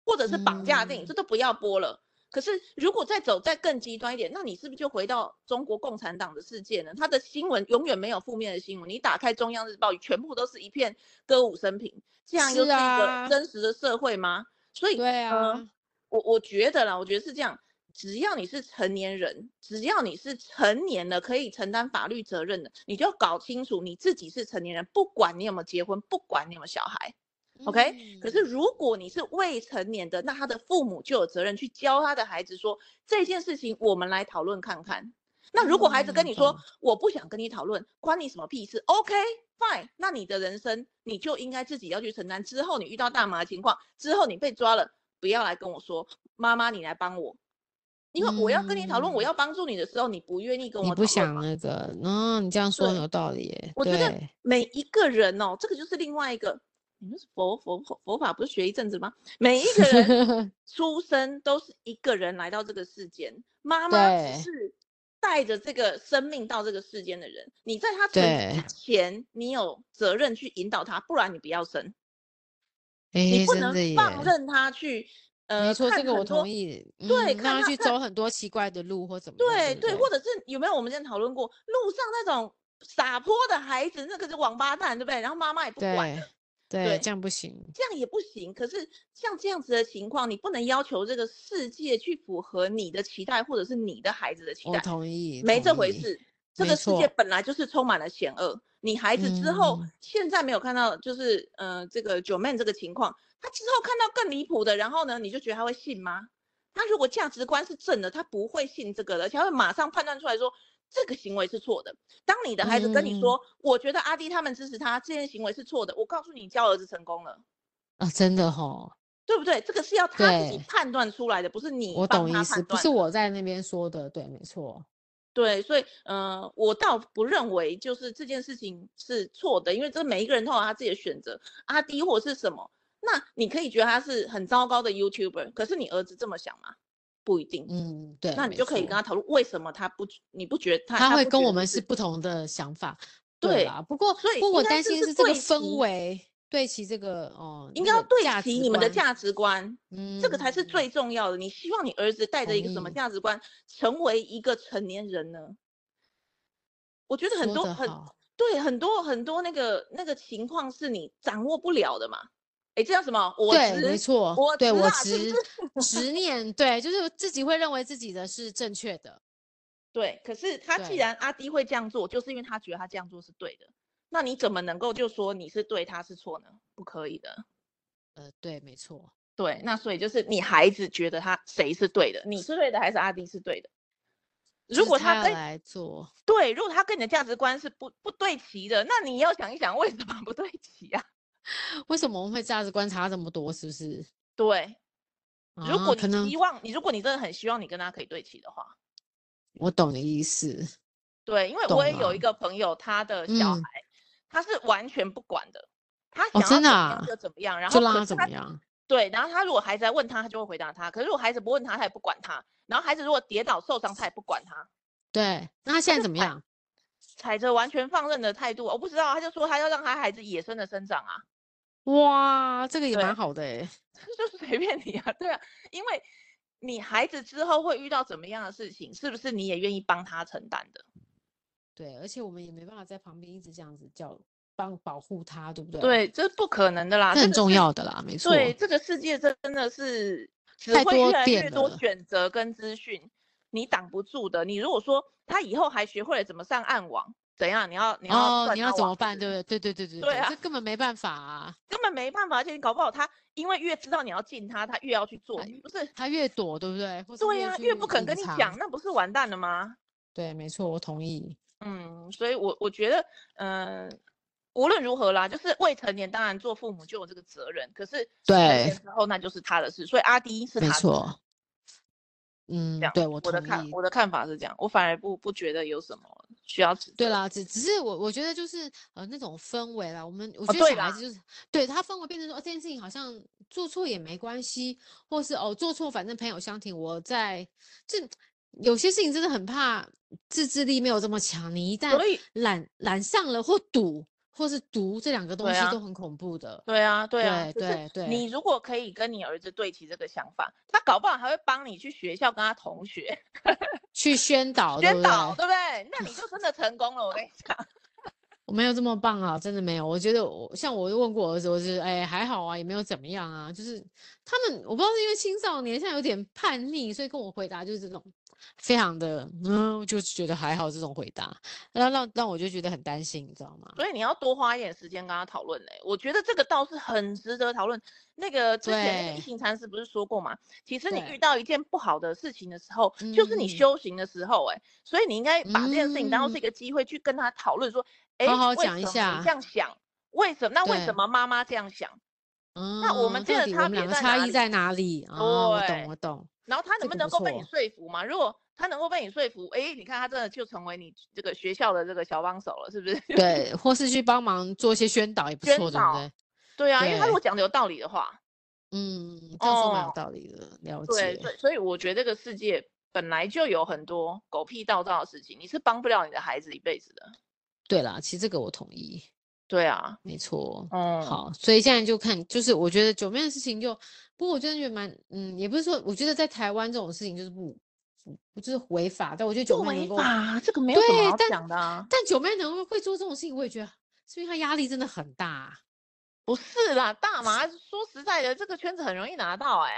Speaker 2: 或者是绑架电影，
Speaker 1: 嗯
Speaker 2: 这都不要播了。可是如果再走再更极端一点，那你是不是就回到中国共产党的世界呢？他的新闻永远没有负面的新闻，你打开中央日报，全部都是一片歌舞升平，这样又
Speaker 1: 是
Speaker 2: 是一
Speaker 1: 啊
Speaker 2: 个真实的社会吗？所以
Speaker 1: 对
Speaker 2: 呃
Speaker 1: 啊
Speaker 2: 我我觉得啦，我觉得是这样，只要你是成年人，只要你是成年了，可以承担法律责任的，你就要搞清楚你自己是成年人，不管你有没有结婚，不管你有没有小孩。OK，可是
Speaker 1: 嗯
Speaker 2: 如果你是未成年的，那他的父母就有责任去教他的孩子说这件事情，我们来讨论看看。那如果孩子跟
Speaker 1: 嗯
Speaker 2: 你说、
Speaker 1: 懂
Speaker 2: 我不想跟你讨论，关你什么屁事？OK fine，那你的人生你就应该自己要去承担。之后你遇到大麻的情况，之后你被抓了，不要来跟我说妈妈你来帮我，因为我要跟你讨论，
Speaker 1: 嗯
Speaker 2: 我要帮助你的时候，你不愿意跟我
Speaker 1: 你
Speaker 2: 讨
Speaker 1: 不
Speaker 2: 论
Speaker 1: 想
Speaker 2: 嘛
Speaker 1: 那个，嗯，你这样说很
Speaker 2: 对
Speaker 1: 有道理耶，
Speaker 2: 我觉得
Speaker 1: 对
Speaker 2: 每一个人哦，这个就是另外一个，你们是佛佛佛佛法不是学一阵子吗？每一个人出生都是一个人来到这个世间，妈妈
Speaker 1: 对
Speaker 2: 只是带着这个生命到这个世间的人。你在他成
Speaker 1: 对
Speaker 2: 年之前，你有责任去引导他，不然你不要生，
Speaker 1: 哎，
Speaker 2: 你不
Speaker 1: 真
Speaker 2: 能
Speaker 1: 的耶，
Speaker 2: 放任他去。呃，
Speaker 1: 没错，这
Speaker 2: 看
Speaker 1: 个
Speaker 2: 很
Speaker 1: 我同
Speaker 2: 多
Speaker 1: 意，
Speaker 2: 对
Speaker 1: 嗯
Speaker 2: 看
Speaker 1: 让他
Speaker 2: 到
Speaker 1: 去
Speaker 2: 看
Speaker 1: 走很多奇怪的路或怎么样，
Speaker 2: 对
Speaker 1: 不
Speaker 2: 对，或者是有没有我们之前讨论过，路上那种撒泼的孩子，那个是王八蛋，对不对？然后妈妈也不管
Speaker 1: 对
Speaker 2: 了。
Speaker 1: 对，
Speaker 2: 对
Speaker 1: 这样不行，
Speaker 2: 这样也不行。可是像这样子的情况，你不能要求这个世界去符合你的期待，或者是你的孩子的期
Speaker 1: 我
Speaker 2: 待，
Speaker 1: 同意，
Speaker 2: 没这
Speaker 1: 同
Speaker 2: 回
Speaker 1: 意，
Speaker 2: 事。这
Speaker 1: 没
Speaker 2: 个世界
Speaker 1: 错
Speaker 2: 本来就是充满了险恶。你孩子之后，
Speaker 1: 嗯
Speaker 2: 现在没有看到，就是呃，这个九妹这个情况，他之后看到更离谱的，然后呢，你就觉得他会信吗？他如果价值观是正的，他不会信这个的，而且他会马上判断出来说这个行为是错的。当你的孩子跟
Speaker 1: 嗯
Speaker 2: 你说，我觉得阿弟他们支持他这件行为是错的，我告诉你，教儿子成功了。
Speaker 1: 啊，真的吼，
Speaker 2: 对不对？这个是要他自己
Speaker 1: 对
Speaker 2: 判断出来的，不是你
Speaker 1: 我
Speaker 2: 帮
Speaker 1: 懂
Speaker 2: 他
Speaker 1: 意思，
Speaker 2: 判
Speaker 1: 不
Speaker 2: 断
Speaker 1: 是
Speaker 2: 的。
Speaker 1: 我在那边说的，对，没错，
Speaker 2: 对，所以呃，我倒不认为就是这件事情是错的，因为这每一个人都有他自己的选择，阿迪或是什么。那你可以觉得他是很糟糕的 YouTuber，可是你儿子这么想吗？不一定。
Speaker 1: 嗯，对，
Speaker 2: 那你
Speaker 1: 没
Speaker 2: 就可以跟
Speaker 1: 错
Speaker 2: 他讨论为什么他不，你不觉得他
Speaker 1: 他会
Speaker 2: 不
Speaker 1: 跟
Speaker 2: 觉
Speaker 1: 我
Speaker 2: 得
Speaker 1: 们
Speaker 2: 是
Speaker 1: 是不同的想法，
Speaker 2: 对
Speaker 1: 啦。不过，
Speaker 2: 所以
Speaker 1: 不过我
Speaker 2: 应该
Speaker 1: 担
Speaker 2: 是
Speaker 1: 心
Speaker 2: 是
Speaker 1: 是这个
Speaker 2: 对
Speaker 1: 氛
Speaker 2: 齐
Speaker 1: 围对齐这个哦，
Speaker 2: 应
Speaker 1: 那
Speaker 2: 该要
Speaker 1: 个
Speaker 2: 对
Speaker 1: 价
Speaker 2: 齐
Speaker 1: 值
Speaker 2: 你们的
Speaker 1: 观，
Speaker 2: 价值观，
Speaker 1: 嗯，
Speaker 2: 这个才是最重要的。你希望你儿子带着一
Speaker 1: 同
Speaker 2: 个什么
Speaker 1: 意
Speaker 2: 价值观，成为一个成年人呢？我觉得很
Speaker 1: 说
Speaker 2: 多
Speaker 1: 得
Speaker 2: 很
Speaker 1: 好，
Speaker 2: 对，很多很多那个那个情况是你掌握不了的嘛。哎，这叫什么？我
Speaker 1: 对，没
Speaker 2: 执，
Speaker 1: 错，
Speaker 2: 我
Speaker 1: 对
Speaker 2: 执
Speaker 1: 我
Speaker 2: 啊是不
Speaker 1: 执
Speaker 2: 是
Speaker 1: 执念，对，就是自己会认为自己的是正确的，
Speaker 2: 对。可是他
Speaker 1: 对
Speaker 2: 既然阿迪会这样做，就是因为他觉得他这样做是对的。那你怎么能够就说你是对，他是错呢？不可以的。
Speaker 1: 呃，对，没错，
Speaker 2: 对，那所以就是你孩子觉得他谁是对的，你是对的还是阿迪是对的？
Speaker 1: 就是
Speaker 2: 如
Speaker 1: 啊
Speaker 2: 果
Speaker 1: 他
Speaker 2: 他哎
Speaker 1: 要
Speaker 2: 跟
Speaker 1: 来做，
Speaker 2: 对，如果他跟你的价值观是不不对齐的，那你要想一想为什么不对齐啊？
Speaker 1: 为什么我们会价值观差这么多？是不是？
Speaker 2: 对，如
Speaker 1: 啊
Speaker 2: 果
Speaker 1: 可
Speaker 2: 你
Speaker 1: 能
Speaker 2: 希望你，如果你真的很希望你跟他可以对齐的话，
Speaker 1: 我懂你意思，
Speaker 2: 对，因为我
Speaker 1: 懂
Speaker 2: 也有一
Speaker 1: 啊
Speaker 2: 个朋友，他的小孩、
Speaker 1: 嗯
Speaker 2: 他是完全不管的，他
Speaker 1: 哦
Speaker 2: 想要
Speaker 1: 真的啊
Speaker 2: 怎么样就怎么样，然
Speaker 1: 就
Speaker 2: 后
Speaker 1: 让
Speaker 2: 可
Speaker 1: 他
Speaker 2: 是
Speaker 1: 怎
Speaker 2: 他
Speaker 1: 么样？
Speaker 2: 对，然后他如果孩子在问他，他就会回答他；可是如果孩子不问他，他也不管他。然后孩子如果跌倒受伤，他也不管他，
Speaker 1: 对，那他现在
Speaker 2: 就
Speaker 1: 怎么
Speaker 2: 反
Speaker 1: 样？
Speaker 2: 踩着完全放任的态度，我不知道啊，他就说他要让他孩子野生的生长啊。
Speaker 1: 哇，这个也
Speaker 2: 对
Speaker 1: 蛮好的欸诶。
Speaker 2: 就随便你啊，对啊，因为你孩子之后会遇到怎么样的事情，是不是你也愿意帮他承担的？
Speaker 1: 对，而且我们也没办法在旁边一直这样子叫帮保护他，对不对？，
Speaker 2: 对，这不可能的啦，
Speaker 1: 这
Speaker 2: 这
Speaker 1: 很
Speaker 2: 个
Speaker 1: 重
Speaker 2: 世。
Speaker 1: 要的啦，没错。
Speaker 2: 对，这个世界真的是只
Speaker 1: 太
Speaker 2: 会
Speaker 1: 多
Speaker 2: 越来
Speaker 1: 变
Speaker 2: 越多
Speaker 1: 了
Speaker 2: 选择跟资讯，你挡不住的。你如果说他以后还学会了怎么上暗网，怎样？你要你要
Speaker 1: 哦，
Speaker 2: 断
Speaker 1: 你要
Speaker 2: 他
Speaker 1: 怎
Speaker 2: 网
Speaker 1: 么办？
Speaker 2: 址
Speaker 1: 对不对？对对对对
Speaker 2: 对啊
Speaker 1: 这根本没办法啊！
Speaker 2: 根本没办法，而且你搞不好他因为越知道你要禁他，他越要去做
Speaker 1: 哎
Speaker 2: 你，不是？
Speaker 1: 他越躲，对不对？或是
Speaker 2: 对呀、越
Speaker 1: 越
Speaker 2: 不
Speaker 1: 去
Speaker 2: 肯
Speaker 1: 隐
Speaker 2: 跟你
Speaker 1: 藏
Speaker 2: 讲，。那不是完蛋了吗？
Speaker 1: 对，没错，我同意。
Speaker 2: 嗯，所以我我觉得，嗯、无论如何啦，就是未成年，当然做父母就有这个责任。可是成
Speaker 1: 对
Speaker 2: 年之后，那就是他的事。所以阿迪是
Speaker 1: 没
Speaker 2: 他的事
Speaker 1: 错。嗯
Speaker 2: 这样，
Speaker 1: 对，我
Speaker 2: 我的
Speaker 1: 同
Speaker 2: 看
Speaker 1: 意。
Speaker 2: 我的看法是这样，我反而不不觉得有什么需要指责。
Speaker 1: 对啦，只只是我我觉得就是呃那种氛围啦，我们我
Speaker 2: 哦
Speaker 1: 觉得
Speaker 2: 对
Speaker 1: 小孩
Speaker 2: 啦
Speaker 1: 子就是、对他氛围变成说、哦、这件事情好像做错也没关系，或是哦做错反正朋友相挺，我在就有些事情真的很怕自制力没有这么强，你一旦
Speaker 2: 所以，
Speaker 1: 懒懒上了或赌或是毒这两个东
Speaker 2: 对
Speaker 1: 西
Speaker 2: 啊
Speaker 1: 都很恐怖的，
Speaker 2: 对啊，对啊，
Speaker 1: 对
Speaker 2: 就是
Speaker 1: 对对
Speaker 2: 你如果可以跟你儿子对齐这个想法，他搞不好还会帮你去学校跟他同学
Speaker 1: 去宣 导，哦对
Speaker 2: 宣
Speaker 1: 不
Speaker 2: 导，
Speaker 1: 对
Speaker 2: 对不对？ 那你就真的成功了，我跟你讲。
Speaker 1: 我没有这么棒啊，真的没有。我觉得我像我问过我儿子，我就是哎还好啊，也没有怎么样啊。就是他们我不知道是因为青少年现在有点叛逆，所以跟我回答就是这种非常的嗯，我就是觉得还好这种回答，然后让让我就觉得很担心，你知道吗？
Speaker 2: 所以你要多花一点时间跟他讨论呢。我觉得这个倒是很值得讨论。那个之前那个
Speaker 1: 对
Speaker 2: 一行禅师不是说过嘛？其实你
Speaker 1: 对
Speaker 2: 遇到一件不好的事情的时候，就是你
Speaker 1: 嗯
Speaker 2: 修行的时候，哎，所以你应该把这件事情当做是一个机会去跟他讨论，说，哎，
Speaker 1: 好
Speaker 2: 为
Speaker 1: 讲一
Speaker 2: 什么
Speaker 1: 下
Speaker 2: 你这样想，为什么？那为
Speaker 1: 对
Speaker 2: 什么妈妈这样想？
Speaker 1: 嗯，
Speaker 2: 我们之间
Speaker 1: 到
Speaker 2: 的
Speaker 1: 底我
Speaker 2: 差
Speaker 1: 们
Speaker 2: 别
Speaker 1: 两个
Speaker 2: 在
Speaker 1: 差
Speaker 2: 哪
Speaker 1: 异
Speaker 2: 里
Speaker 1: 在哪里？哦，我懂，
Speaker 2: 对
Speaker 1: 我懂。
Speaker 2: 然后他
Speaker 1: 这
Speaker 2: 能不
Speaker 1: 个
Speaker 2: 能
Speaker 1: 不
Speaker 2: 够被你
Speaker 1: 错
Speaker 2: 说服嘛？如果他能够被你说服，哎，你看他真的就成为你这个学校的这个小帮手了，是不是？
Speaker 1: 对，或是去帮忙做一些宣导也不
Speaker 2: 宣
Speaker 1: 错，对不
Speaker 2: 导
Speaker 1: 对？
Speaker 2: 对啊，因为他如
Speaker 1: 对
Speaker 2: 果讲的有道理的话，
Speaker 1: 嗯，这样说蛮有
Speaker 2: 哦
Speaker 1: 道理的，了
Speaker 2: 对，
Speaker 1: 解。
Speaker 2: 所以所以我觉得这个世界本来就有很多狗屁道道的事情，你是帮不了你的孩子一辈子的。
Speaker 1: 对啦，其实这个我同意，
Speaker 2: 对啊，
Speaker 1: 没错。
Speaker 2: 嗯，，
Speaker 1: 好，所以现在就看，就是我觉得九妹的事情就，不过我真的觉得蛮，嗯，也不是说，我觉得在台湾这种事情就是不，不不就是违法，但我觉得
Speaker 2: 不
Speaker 1: 九妹能
Speaker 2: 违
Speaker 1: 够，
Speaker 2: 法，这个没有什么
Speaker 1: 对
Speaker 2: 好，
Speaker 1: 但
Speaker 2: 讲的啊。
Speaker 1: 但九妹能够会做这种事情，我也觉得是因为她压力真的很大啊。
Speaker 2: 不是啦，大麻说实在的，这个圈子很容易拿到哎、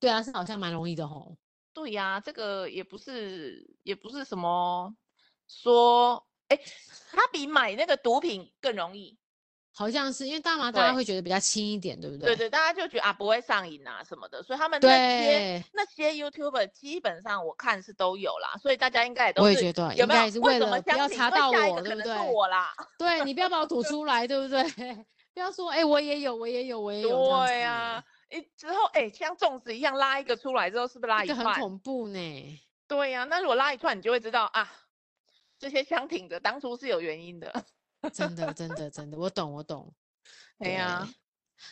Speaker 1: 对啊，是好像蛮容易的吼。
Speaker 2: 对呀、这个也不是也不是什么说，哎，它比买那个毒品更容易。
Speaker 1: 好像是因为大麻大家
Speaker 2: 对
Speaker 1: 会觉得比较轻一点，对不
Speaker 2: 对
Speaker 1: 对
Speaker 2: 对，大家就觉得啊不会上瘾啊什么的，所以他们那些
Speaker 1: 对，
Speaker 2: 那些 YouTuber 基本上我看是都有啦，所以大家应该也都
Speaker 1: 我也
Speaker 2: 是
Speaker 1: 觉得
Speaker 2: 有
Speaker 1: 应
Speaker 2: 没
Speaker 1: 该
Speaker 2: 有
Speaker 1: 也是
Speaker 2: 为
Speaker 1: 为
Speaker 2: 什
Speaker 1: 了
Speaker 2: 么
Speaker 1: 不要
Speaker 2: 相信
Speaker 1: 查
Speaker 2: 会
Speaker 1: 到
Speaker 2: 下一
Speaker 1: 我
Speaker 2: 个
Speaker 1: 对
Speaker 2: 可
Speaker 1: 不
Speaker 2: 能是
Speaker 1: 对
Speaker 2: 我啦，
Speaker 1: 对你不要把我吐出来，对不 对？不要说哎、我也有，我也有，我也有这样子。
Speaker 2: 对呀、啊，一之后哎、像粽子一样拉一个出来之后，是不是拉
Speaker 1: 这
Speaker 2: 一
Speaker 1: 个很
Speaker 2: 串？
Speaker 1: 恐怖呢。
Speaker 2: 对呀、那如果拉一串，你就会知道啊，这些相挺的当初是有原因的。
Speaker 1: 真的，真的，真的，我懂，我懂。
Speaker 2: 对啊呀、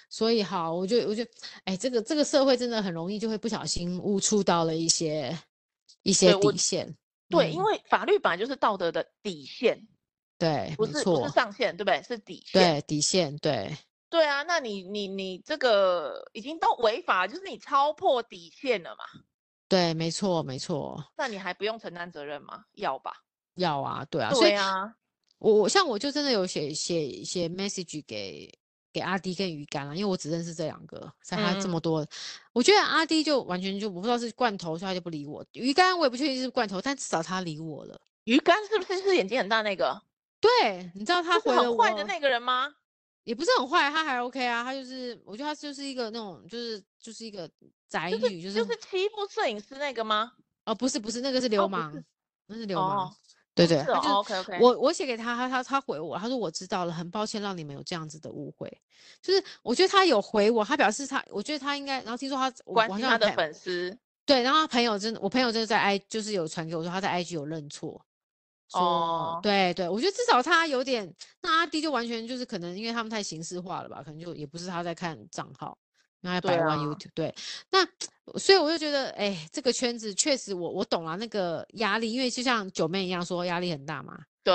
Speaker 1: 所以好，我就我就，哎，这个这个社会真的很容易就会不小心误触到了一些一些
Speaker 2: 对我
Speaker 1: 底线。
Speaker 2: 对，因
Speaker 1: 嗯
Speaker 2: 为法律本来就是道德的底线，
Speaker 1: 对，
Speaker 2: 不
Speaker 1: 没
Speaker 2: 是不是
Speaker 1: 错，
Speaker 2: 上限，对不对？是底线。
Speaker 1: 对底线，对
Speaker 2: 对啊，那你你你这个已经都违法，就是你超破底线了嘛？
Speaker 1: 对，没错，没错，
Speaker 2: 那你还不用承担责任吗？要吧？
Speaker 1: 要啊，对啊。所以
Speaker 2: 对啊，
Speaker 1: 我我像我就真的有写写写 message 给给阿迪跟鱼干了，因为我只认识这两个，像他这
Speaker 2: 嗯
Speaker 1: 么多，我觉得阿迪就完全就我不知道是罐头，所以他就不理我。鱼干我也不确定是不是罐头，但至少他理我了。
Speaker 2: 鱼竿是不是就是眼睛很大那个？
Speaker 1: 对，你知道他
Speaker 2: 就是
Speaker 1: 回了
Speaker 2: 很
Speaker 1: 我，
Speaker 2: 坏的那个人吗？
Speaker 1: 也不是很坏，他还 OK 啊，他就是我觉得他就是一个那种就是就是一个宅
Speaker 2: 就是
Speaker 1: 女，就是、
Speaker 2: 就是欺负摄影师那个吗？
Speaker 1: 哦不是不是那个是
Speaker 2: 哦
Speaker 1: 流
Speaker 2: 不是
Speaker 1: 氓，那是流氓，
Speaker 2: 哦
Speaker 1: 对
Speaker 2: 哦
Speaker 1: 对，
Speaker 2: 是
Speaker 1: 他
Speaker 2: 哦
Speaker 1: 就是
Speaker 2: ，OK OK，
Speaker 1: 我我写给他，他他他回我，他说我知道了，很抱歉让你们有这样子的误会。就是我觉得他有回我，他表示他，我觉得他应该，然后听说他我
Speaker 2: 关
Speaker 1: 我好
Speaker 2: 心
Speaker 1: 像
Speaker 2: 他
Speaker 1: 有
Speaker 2: 的
Speaker 1: 朋
Speaker 2: 粉丝
Speaker 1: 对，然后他朋友真的，我朋友真的在 I 就是有传给我说他在 IG 有认错，说、
Speaker 2: 哦。
Speaker 1: 对对，我觉得至少他有点，那阿弟就完全就是可能因为他们太形式化了吧，可能就也不是他在看账号，因为他
Speaker 2: 对
Speaker 1: 百万
Speaker 2: 啊
Speaker 1: YouTube 对，那所以我就觉得，哎，这个圈子确实我我懂了、那个压力，因为就像九妹一样说压力很大嘛，
Speaker 2: 对，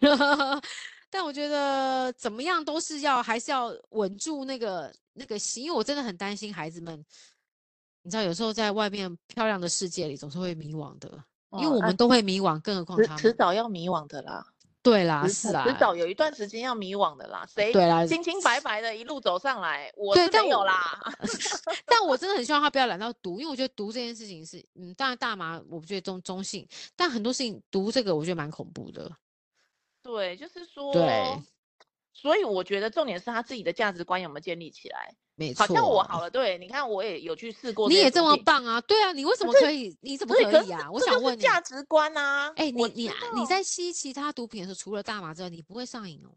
Speaker 1: 但我觉得怎么样都是要还是要稳住那个那个心，因为我真的很担心孩子们。你知道，有时候在外面漂亮的世界里，总是会迷惘的，因为
Speaker 2: 哦
Speaker 1: 我
Speaker 2: 啊
Speaker 1: 们都会迷惘，更何况他
Speaker 2: 迟迟
Speaker 1: 们。
Speaker 2: 早要迷惘的啦，
Speaker 1: 对啦，
Speaker 2: 迟
Speaker 1: 是
Speaker 2: 早
Speaker 1: 啦，
Speaker 2: 迟早有一段时间要迷惘的啦。谁
Speaker 1: 对啦，
Speaker 2: 清清白白的一路走上来，我
Speaker 1: 对
Speaker 2: 是
Speaker 1: 但
Speaker 2: 没有
Speaker 1: 我
Speaker 2: 啦。
Speaker 1: 但我真的很希望他不要染到毒，因为我觉得毒这件事情是，嗯，当然大麻我不觉得中中性，但很多事情毒这个我觉得蛮恐怖的。
Speaker 2: 对，就是说，
Speaker 1: 对，
Speaker 2: 所以我觉得重点是他自己的价值观有没有建立起来。
Speaker 1: 没错，
Speaker 2: 好像我好了，对，你看我也有去试过
Speaker 1: 你
Speaker 2: 些
Speaker 1: 也
Speaker 2: 毒
Speaker 1: 这么
Speaker 2: 品，
Speaker 1: 棒啊！对啊，你为什么
Speaker 2: 是
Speaker 1: 可以？你怎么
Speaker 2: 所以可
Speaker 1: 以
Speaker 2: 是
Speaker 1: 啊？我
Speaker 2: 这就
Speaker 1: 想
Speaker 2: 是
Speaker 1: 问你，
Speaker 2: 价值观啊。
Speaker 1: 哎，你
Speaker 2: 我
Speaker 1: 你
Speaker 2: 知
Speaker 1: 啊你
Speaker 2: 道
Speaker 1: 在吸其他毒品的时候，除了大麻之外，你不会上瘾哦？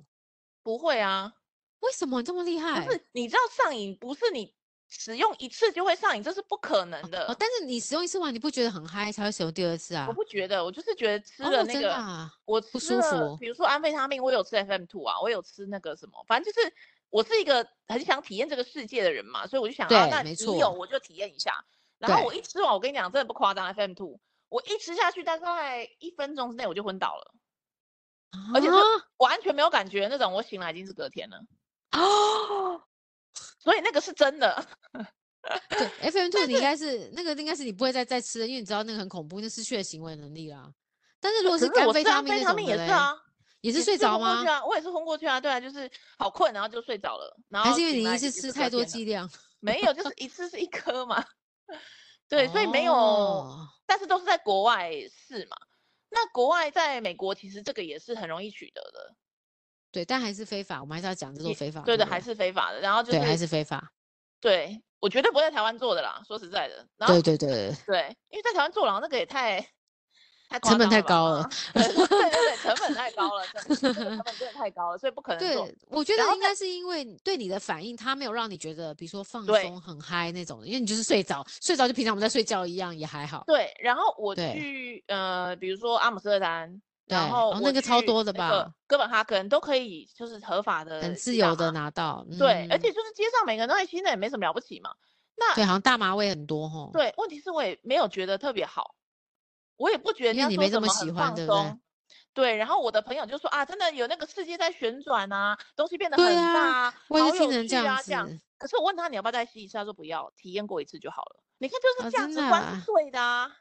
Speaker 2: 不会啊，
Speaker 1: 为什么你这么厉
Speaker 2: 不
Speaker 1: 害？
Speaker 2: 是你知道上瘾不是你使用一次就会上瘾，这是不可能的。
Speaker 1: 哦，但是你使用一次完，你不觉得很嗨才会使用第二次啊
Speaker 2: 我？不觉得，我就是觉得吃
Speaker 1: 哦
Speaker 2: 了那
Speaker 1: 真
Speaker 2: 个，
Speaker 1: 的啊
Speaker 2: 我
Speaker 1: 不
Speaker 2: 吃
Speaker 1: 舒
Speaker 2: 了
Speaker 1: 服
Speaker 2: 比如说安非他命，我有吃 FM two 啊，我有吃那个什么，反正就是我是一个很想体验这个世界的人嘛，所以我就想啊，
Speaker 1: 对
Speaker 2: 那
Speaker 1: 没
Speaker 2: 你
Speaker 1: 错
Speaker 2: 有我就体验一下。然后
Speaker 1: 对
Speaker 2: 我一吃完，我跟你讲，真的不夸张，FM two，我一吃下去大概一分钟之内我就昏倒了，而且是
Speaker 1: 啊
Speaker 2: 完全没有感觉那种，我醒来已经是隔天了，
Speaker 1: 哦，
Speaker 2: 所以那个是真的。
Speaker 1: 对，FM two 你应该是那个，应该是你不会再再吃了，因为你知道那个很恐怖，那失去了行为能力啦。但是如果
Speaker 2: 可
Speaker 1: 是
Speaker 2: 是
Speaker 1: 甘
Speaker 2: 我
Speaker 1: 非
Speaker 2: 吃
Speaker 1: 他
Speaker 2: 安
Speaker 1: 命
Speaker 2: 非
Speaker 1: 那
Speaker 2: 他
Speaker 1: 种
Speaker 2: 命
Speaker 1: 的
Speaker 2: 也
Speaker 1: 嘞
Speaker 2: 是，啊，
Speaker 1: 也是
Speaker 2: 也
Speaker 1: 睡着
Speaker 2: 昏过
Speaker 1: 吗
Speaker 2: 去？啊，我也是昏过去啊，对啊，就是好困，然后就睡着了，然后
Speaker 1: 还是因为
Speaker 2: 啊醒
Speaker 1: 你
Speaker 2: 来
Speaker 1: 一
Speaker 2: 已经
Speaker 1: 次
Speaker 2: 是
Speaker 1: 吃
Speaker 2: 隔
Speaker 1: 太多
Speaker 2: 天了
Speaker 1: 剂量？
Speaker 2: 没有，就是一次是一颗嘛。 对，所以没有，
Speaker 1: 哦
Speaker 2: 但是都是在国外试嘛。那国外在美国其实这个也是很容易取得的，
Speaker 1: 对，但还是非法，我们还是要讲这种
Speaker 2: 也
Speaker 1: 非法。
Speaker 2: 对
Speaker 1: 的，
Speaker 2: 的，还是非法的。然后就
Speaker 1: 对，还
Speaker 2: 是
Speaker 1: 是非法。
Speaker 2: 对我绝对不会在台湾做的啦，说实在的。然后
Speaker 1: 对对对，
Speaker 2: 对，因为在台湾做牢那个也太太夸
Speaker 1: 成本太
Speaker 2: 张吧
Speaker 1: 高了
Speaker 2: 啊对对对对，成本太高了，真的这个成本真的太高了，所以不可能做。
Speaker 1: 对，我觉得
Speaker 2: 然后
Speaker 1: 应该是因为你对你的反应，他没有让你觉得，比如说放
Speaker 2: 对
Speaker 1: 松、很嗨那种的，因为你就是睡着，睡着就平常我们在睡觉一样，也还好。
Speaker 2: 对，然后我
Speaker 1: 对
Speaker 2: 去呃，比如说阿姆斯特丹，然
Speaker 1: 对
Speaker 2: 后
Speaker 1: 哦
Speaker 2: 我
Speaker 1: 那个超
Speaker 2: 去
Speaker 1: 多的
Speaker 2: 那个
Speaker 1: 吧
Speaker 2: 哥本哈根都可以，就是合法的，
Speaker 1: 很自由的。拿到，
Speaker 2: 啊对，而
Speaker 1: 嗯
Speaker 2: 且就是街上每个人都爱吸，那也没什么了不起嘛。那
Speaker 1: 对，好像大麻味很多吼。
Speaker 2: 对，问题是我也没有觉得特别好，我也不觉得人
Speaker 1: 因为你
Speaker 2: 家说
Speaker 1: 没这
Speaker 2: 什
Speaker 1: 么
Speaker 2: 么
Speaker 1: 喜
Speaker 2: 很
Speaker 1: 欢
Speaker 2: 放
Speaker 1: 对不对
Speaker 2: 松。对，然后我的朋友就说啊，真的有那个世界在旋转啊，东西变得
Speaker 1: 对
Speaker 2: 很
Speaker 1: 啊
Speaker 2: 大啊，
Speaker 1: 我也
Speaker 2: 好
Speaker 1: 是听
Speaker 2: 有
Speaker 1: 人
Speaker 2: 趣
Speaker 1: 这
Speaker 2: 啊，
Speaker 1: 样
Speaker 2: 这样。
Speaker 1: 子，
Speaker 2: 可是我问他你要不要再吸一次，他说不要，体验过一次就好了。你看，就
Speaker 1: 啊
Speaker 2: 是价
Speaker 1: 真
Speaker 2: 值
Speaker 1: 的
Speaker 2: 观
Speaker 1: 啊
Speaker 2: 是对的啊。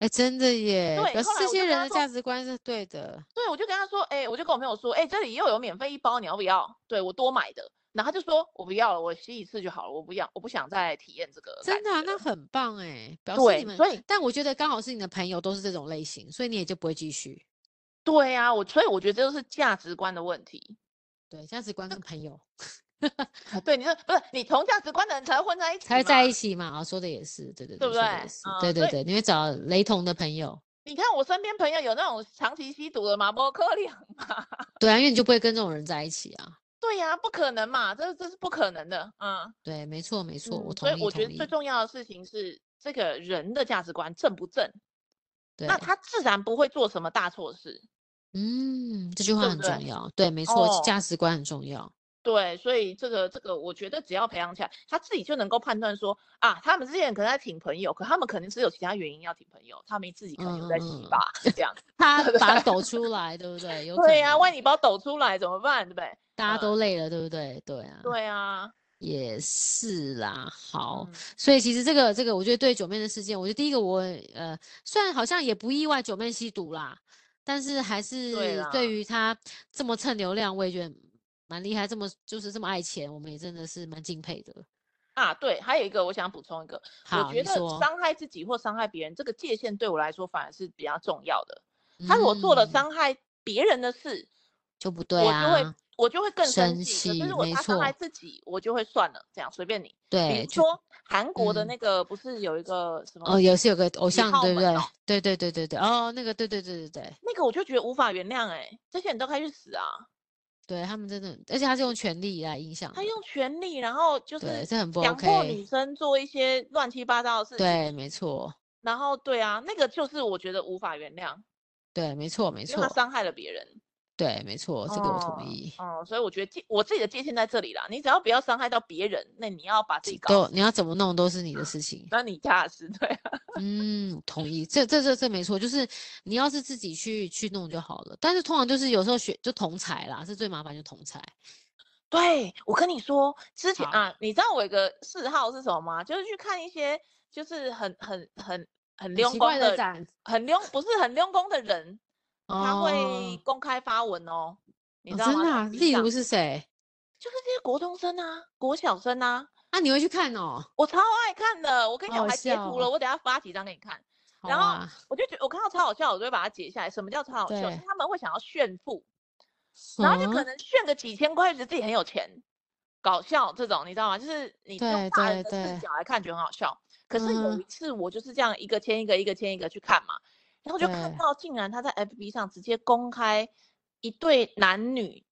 Speaker 1: 哎，真的耶，
Speaker 2: 对
Speaker 1: 表示
Speaker 2: 后来
Speaker 1: 这
Speaker 2: 我就
Speaker 1: 些
Speaker 2: 跟
Speaker 1: 人
Speaker 2: 他
Speaker 1: 的
Speaker 2: 说
Speaker 1: 价值观是对的。
Speaker 2: 对，我就跟他说，哎、我就跟我朋友说，哎、这里又有免费一包，你要不要？对我多买的，然后他就说我不要了，我吸一次就好了，我不要，我不想再体验这个感觉了。
Speaker 1: 真的啊，那很棒哎、表示你
Speaker 2: 对，
Speaker 1: 们。
Speaker 2: 所以
Speaker 1: 但我觉得刚好是你的朋友都是这种类型，所以你也就不会继续。
Speaker 2: 对啊，我所以我觉得这就是价值观的问题。
Speaker 1: 对，价值观跟朋友
Speaker 2: 啊对，你是不是你同价值观的人才会混在一起嘛，
Speaker 1: 才会在一起嘛？啊，说的也是，对对
Speaker 2: 对
Speaker 1: 对，
Speaker 2: 不
Speaker 1: 说的
Speaker 2: 对
Speaker 1: 也是
Speaker 2: 嗯
Speaker 1: 对
Speaker 2: 所
Speaker 1: 对
Speaker 2: 以
Speaker 1: 对，你会找雷同的朋友。
Speaker 2: 你看我身边朋友有那种长期吸毒的吗？不可能嘛。
Speaker 1: 对啊，因为你就不会跟这种人在一起啊。
Speaker 2: 对呀、不可能嘛，这这是不可能的。嗯，
Speaker 1: 对，没错没错，我
Speaker 2: 嗯所
Speaker 1: 同
Speaker 2: 以
Speaker 1: 意
Speaker 2: 我觉
Speaker 1: 同
Speaker 2: 得
Speaker 1: 意
Speaker 2: 最。重要的事情是这个人的价值观正不正，
Speaker 1: 对
Speaker 2: 那，他自然不会做什么大错事。
Speaker 1: 嗯，这句话
Speaker 2: 对
Speaker 1: 很
Speaker 2: 不对
Speaker 1: 重要。对，没错，
Speaker 2: 哦
Speaker 1: 价值观很重要。
Speaker 2: 对，所以这个这个，我觉得只要培养起来，他自己就能够判断说啊，他们之前可能在挺朋友，可他们肯定是有其他原因要挺朋友，他们自己可能有在
Speaker 1: 嗯嗯
Speaker 2: 洗
Speaker 1: 嗯
Speaker 2: 吧，这样。
Speaker 1: 他
Speaker 2: 对不对
Speaker 1: 把它抖出来，对不 对？有可
Speaker 2: 对呀、啊
Speaker 1: 能
Speaker 2: 万一你把我抖出来怎么办？对不对？
Speaker 1: 大家
Speaker 2: 嗯
Speaker 1: 都累了，对不对？对啊，
Speaker 2: 对啊，
Speaker 1: 也是啦。好，
Speaker 2: 嗯
Speaker 1: 所以其实这个这个，我觉得对九妹的事件，我觉得第一个我呃，虽然好像也不意外九妹吸毒啦，但是还是
Speaker 2: 啦
Speaker 1: 对于她这么蹭流量，我也觉得蛮厉害，这么就是这么爱钱，我们也真的是蛮敬佩的。
Speaker 2: 啊，对，还有一个我想补充一个，
Speaker 1: 好，
Speaker 2: 我觉
Speaker 1: 你
Speaker 2: 得
Speaker 1: 说，
Speaker 2: 伤害自己或伤害别人这个界限对我来说反而是比较重要的。他如果做了
Speaker 1: 嗯
Speaker 2: 伤害别人的事，
Speaker 1: 就不对
Speaker 2: 我就会
Speaker 1: 啊，
Speaker 2: 我就会更生
Speaker 1: 生
Speaker 2: 气。可
Speaker 1: 气
Speaker 2: 是如果
Speaker 1: 没
Speaker 2: 他伤害
Speaker 1: 错
Speaker 2: 自己，我就会算了，这样随便你。比
Speaker 1: 对，
Speaker 2: 如
Speaker 1: 哎就
Speaker 2: 说韩国的
Speaker 1: 嗯
Speaker 2: 那个不是有一个什么？
Speaker 1: 哦，也是有个偶
Speaker 2: 几
Speaker 1: 像的，
Speaker 2: 号
Speaker 1: 对不
Speaker 2: 门
Speaker 1: 对
Speaker 2: 哦？
Speaker 1: 对对对对对，哦，那个，对对对对对，
Speaker 2: 那个我就觉得无法原谅哎、这些人都该去死啊！
Speaker 1: 对他们真的，而且他是用权力来影响的，
Speaker 2: 他用权力，然后就
Speaker 1: 嗯对，
Speaker 2: 是
Speaker 1: 这很不
Speaker 2: 强迫
Speaker 1: OK，
Speaker 2: 女生做一些乱七八糟的事情。
Speaker 1: 对，没错，
Speaker 2: 然后对啊，那个就是我觉得无法原谅，
Speaker 1: 对，没错，没
Speaker 2: 因为他
Speaker 1: 错，
Speaker 2: 伤害了别人。
Speaker 1: 对，没错，这个我同
Speaker 2: 嗯
Speaker 1: 意。
Speaker 2: 哦、所以我觉得界我自己的界限在这里啦。你只要不要伤害到别人，那你要把自己搞
Speaker 1: 都
Speaker 2: 好，
Speaker 1: 你要怎么弄都是你的事 情，
Speaker 2: 那你踏实对啊。
Speaker 1: 嗯，同意，这这这这没错，就是你要是自己去去弄就好了。但是通常就是有时候学就同财啦，是最麻烦就同财，
Speaker 2: 对，我跟你说，之前
Speaker 1: 好
Speaker 2: 啊，你知道我有个嗜好是什么吗？就是去看一些就是很很很很
Speaker 1: 很
Speaker 2: 溜
Speaker 1: 奇
Speaker 2: 工
Speaker 1: 怪
Speaker 2: 的、
Speaker 1: 展，
Speaker 2: 很溜不是很溜工的人，他会
Speaker 1: 哦，
Speaker 2: 公开发文哦，你
Speaker 1: 哦
Speaker 2: 知道
Speaker 1: 真
Speaker 2: 吗？
Speaker 1: 的
Speaker 2: 在
Speaker 1: 啊，
Speaker 2: 地
Speaker 1: 例
Speaker 2: 上
Speaker 1: 如是谁？
Speaker 2: 就是这些国中生啊、国小生啊，
Speaker 1: 啊，你会去看哦，
Speaker 2: 我超爱看的。我跟你
Speaker 1: 好
Speaker 2: 讲，我
Speaker 1: 好
Speaker 2: 还截
Speaker 1: 笑
Speaker 2: 图
Speaker 1: 哦
Speaker 2: 了，我等下发几张给你看。
Speaker 1: 好
Speaker 2: 然后
Speaker 1: 啊，
Speaker 2: 我就觉得我看到超好笑，我就会把它截下来。什么叫超好笑？
Speaker 1: 对
Speaker 2: 是他们会想要炫富，然后就可
Speaker 1: 嗯
Speaker 2: 能炫个几千块，觉得自己很有钱，搞笑这种，你知道吗？就是你
Speaker 1: 对
Speaker 2: 用大人
Speaker 1: 对
Speaker 2: 的视
Speaker 1: 对
Speaker 2: 角来看，觉得很好笑。可是有
Speaker 1: 嗯
Speaker 2: 一次我就是这样一个签一个，一个签一个去看嘛，然后就看
Speaker 1: 对
Speaker 2: 到竟然他在 FB 上直接公开一对
Speaker 1: 哦
Speaker 2: 男女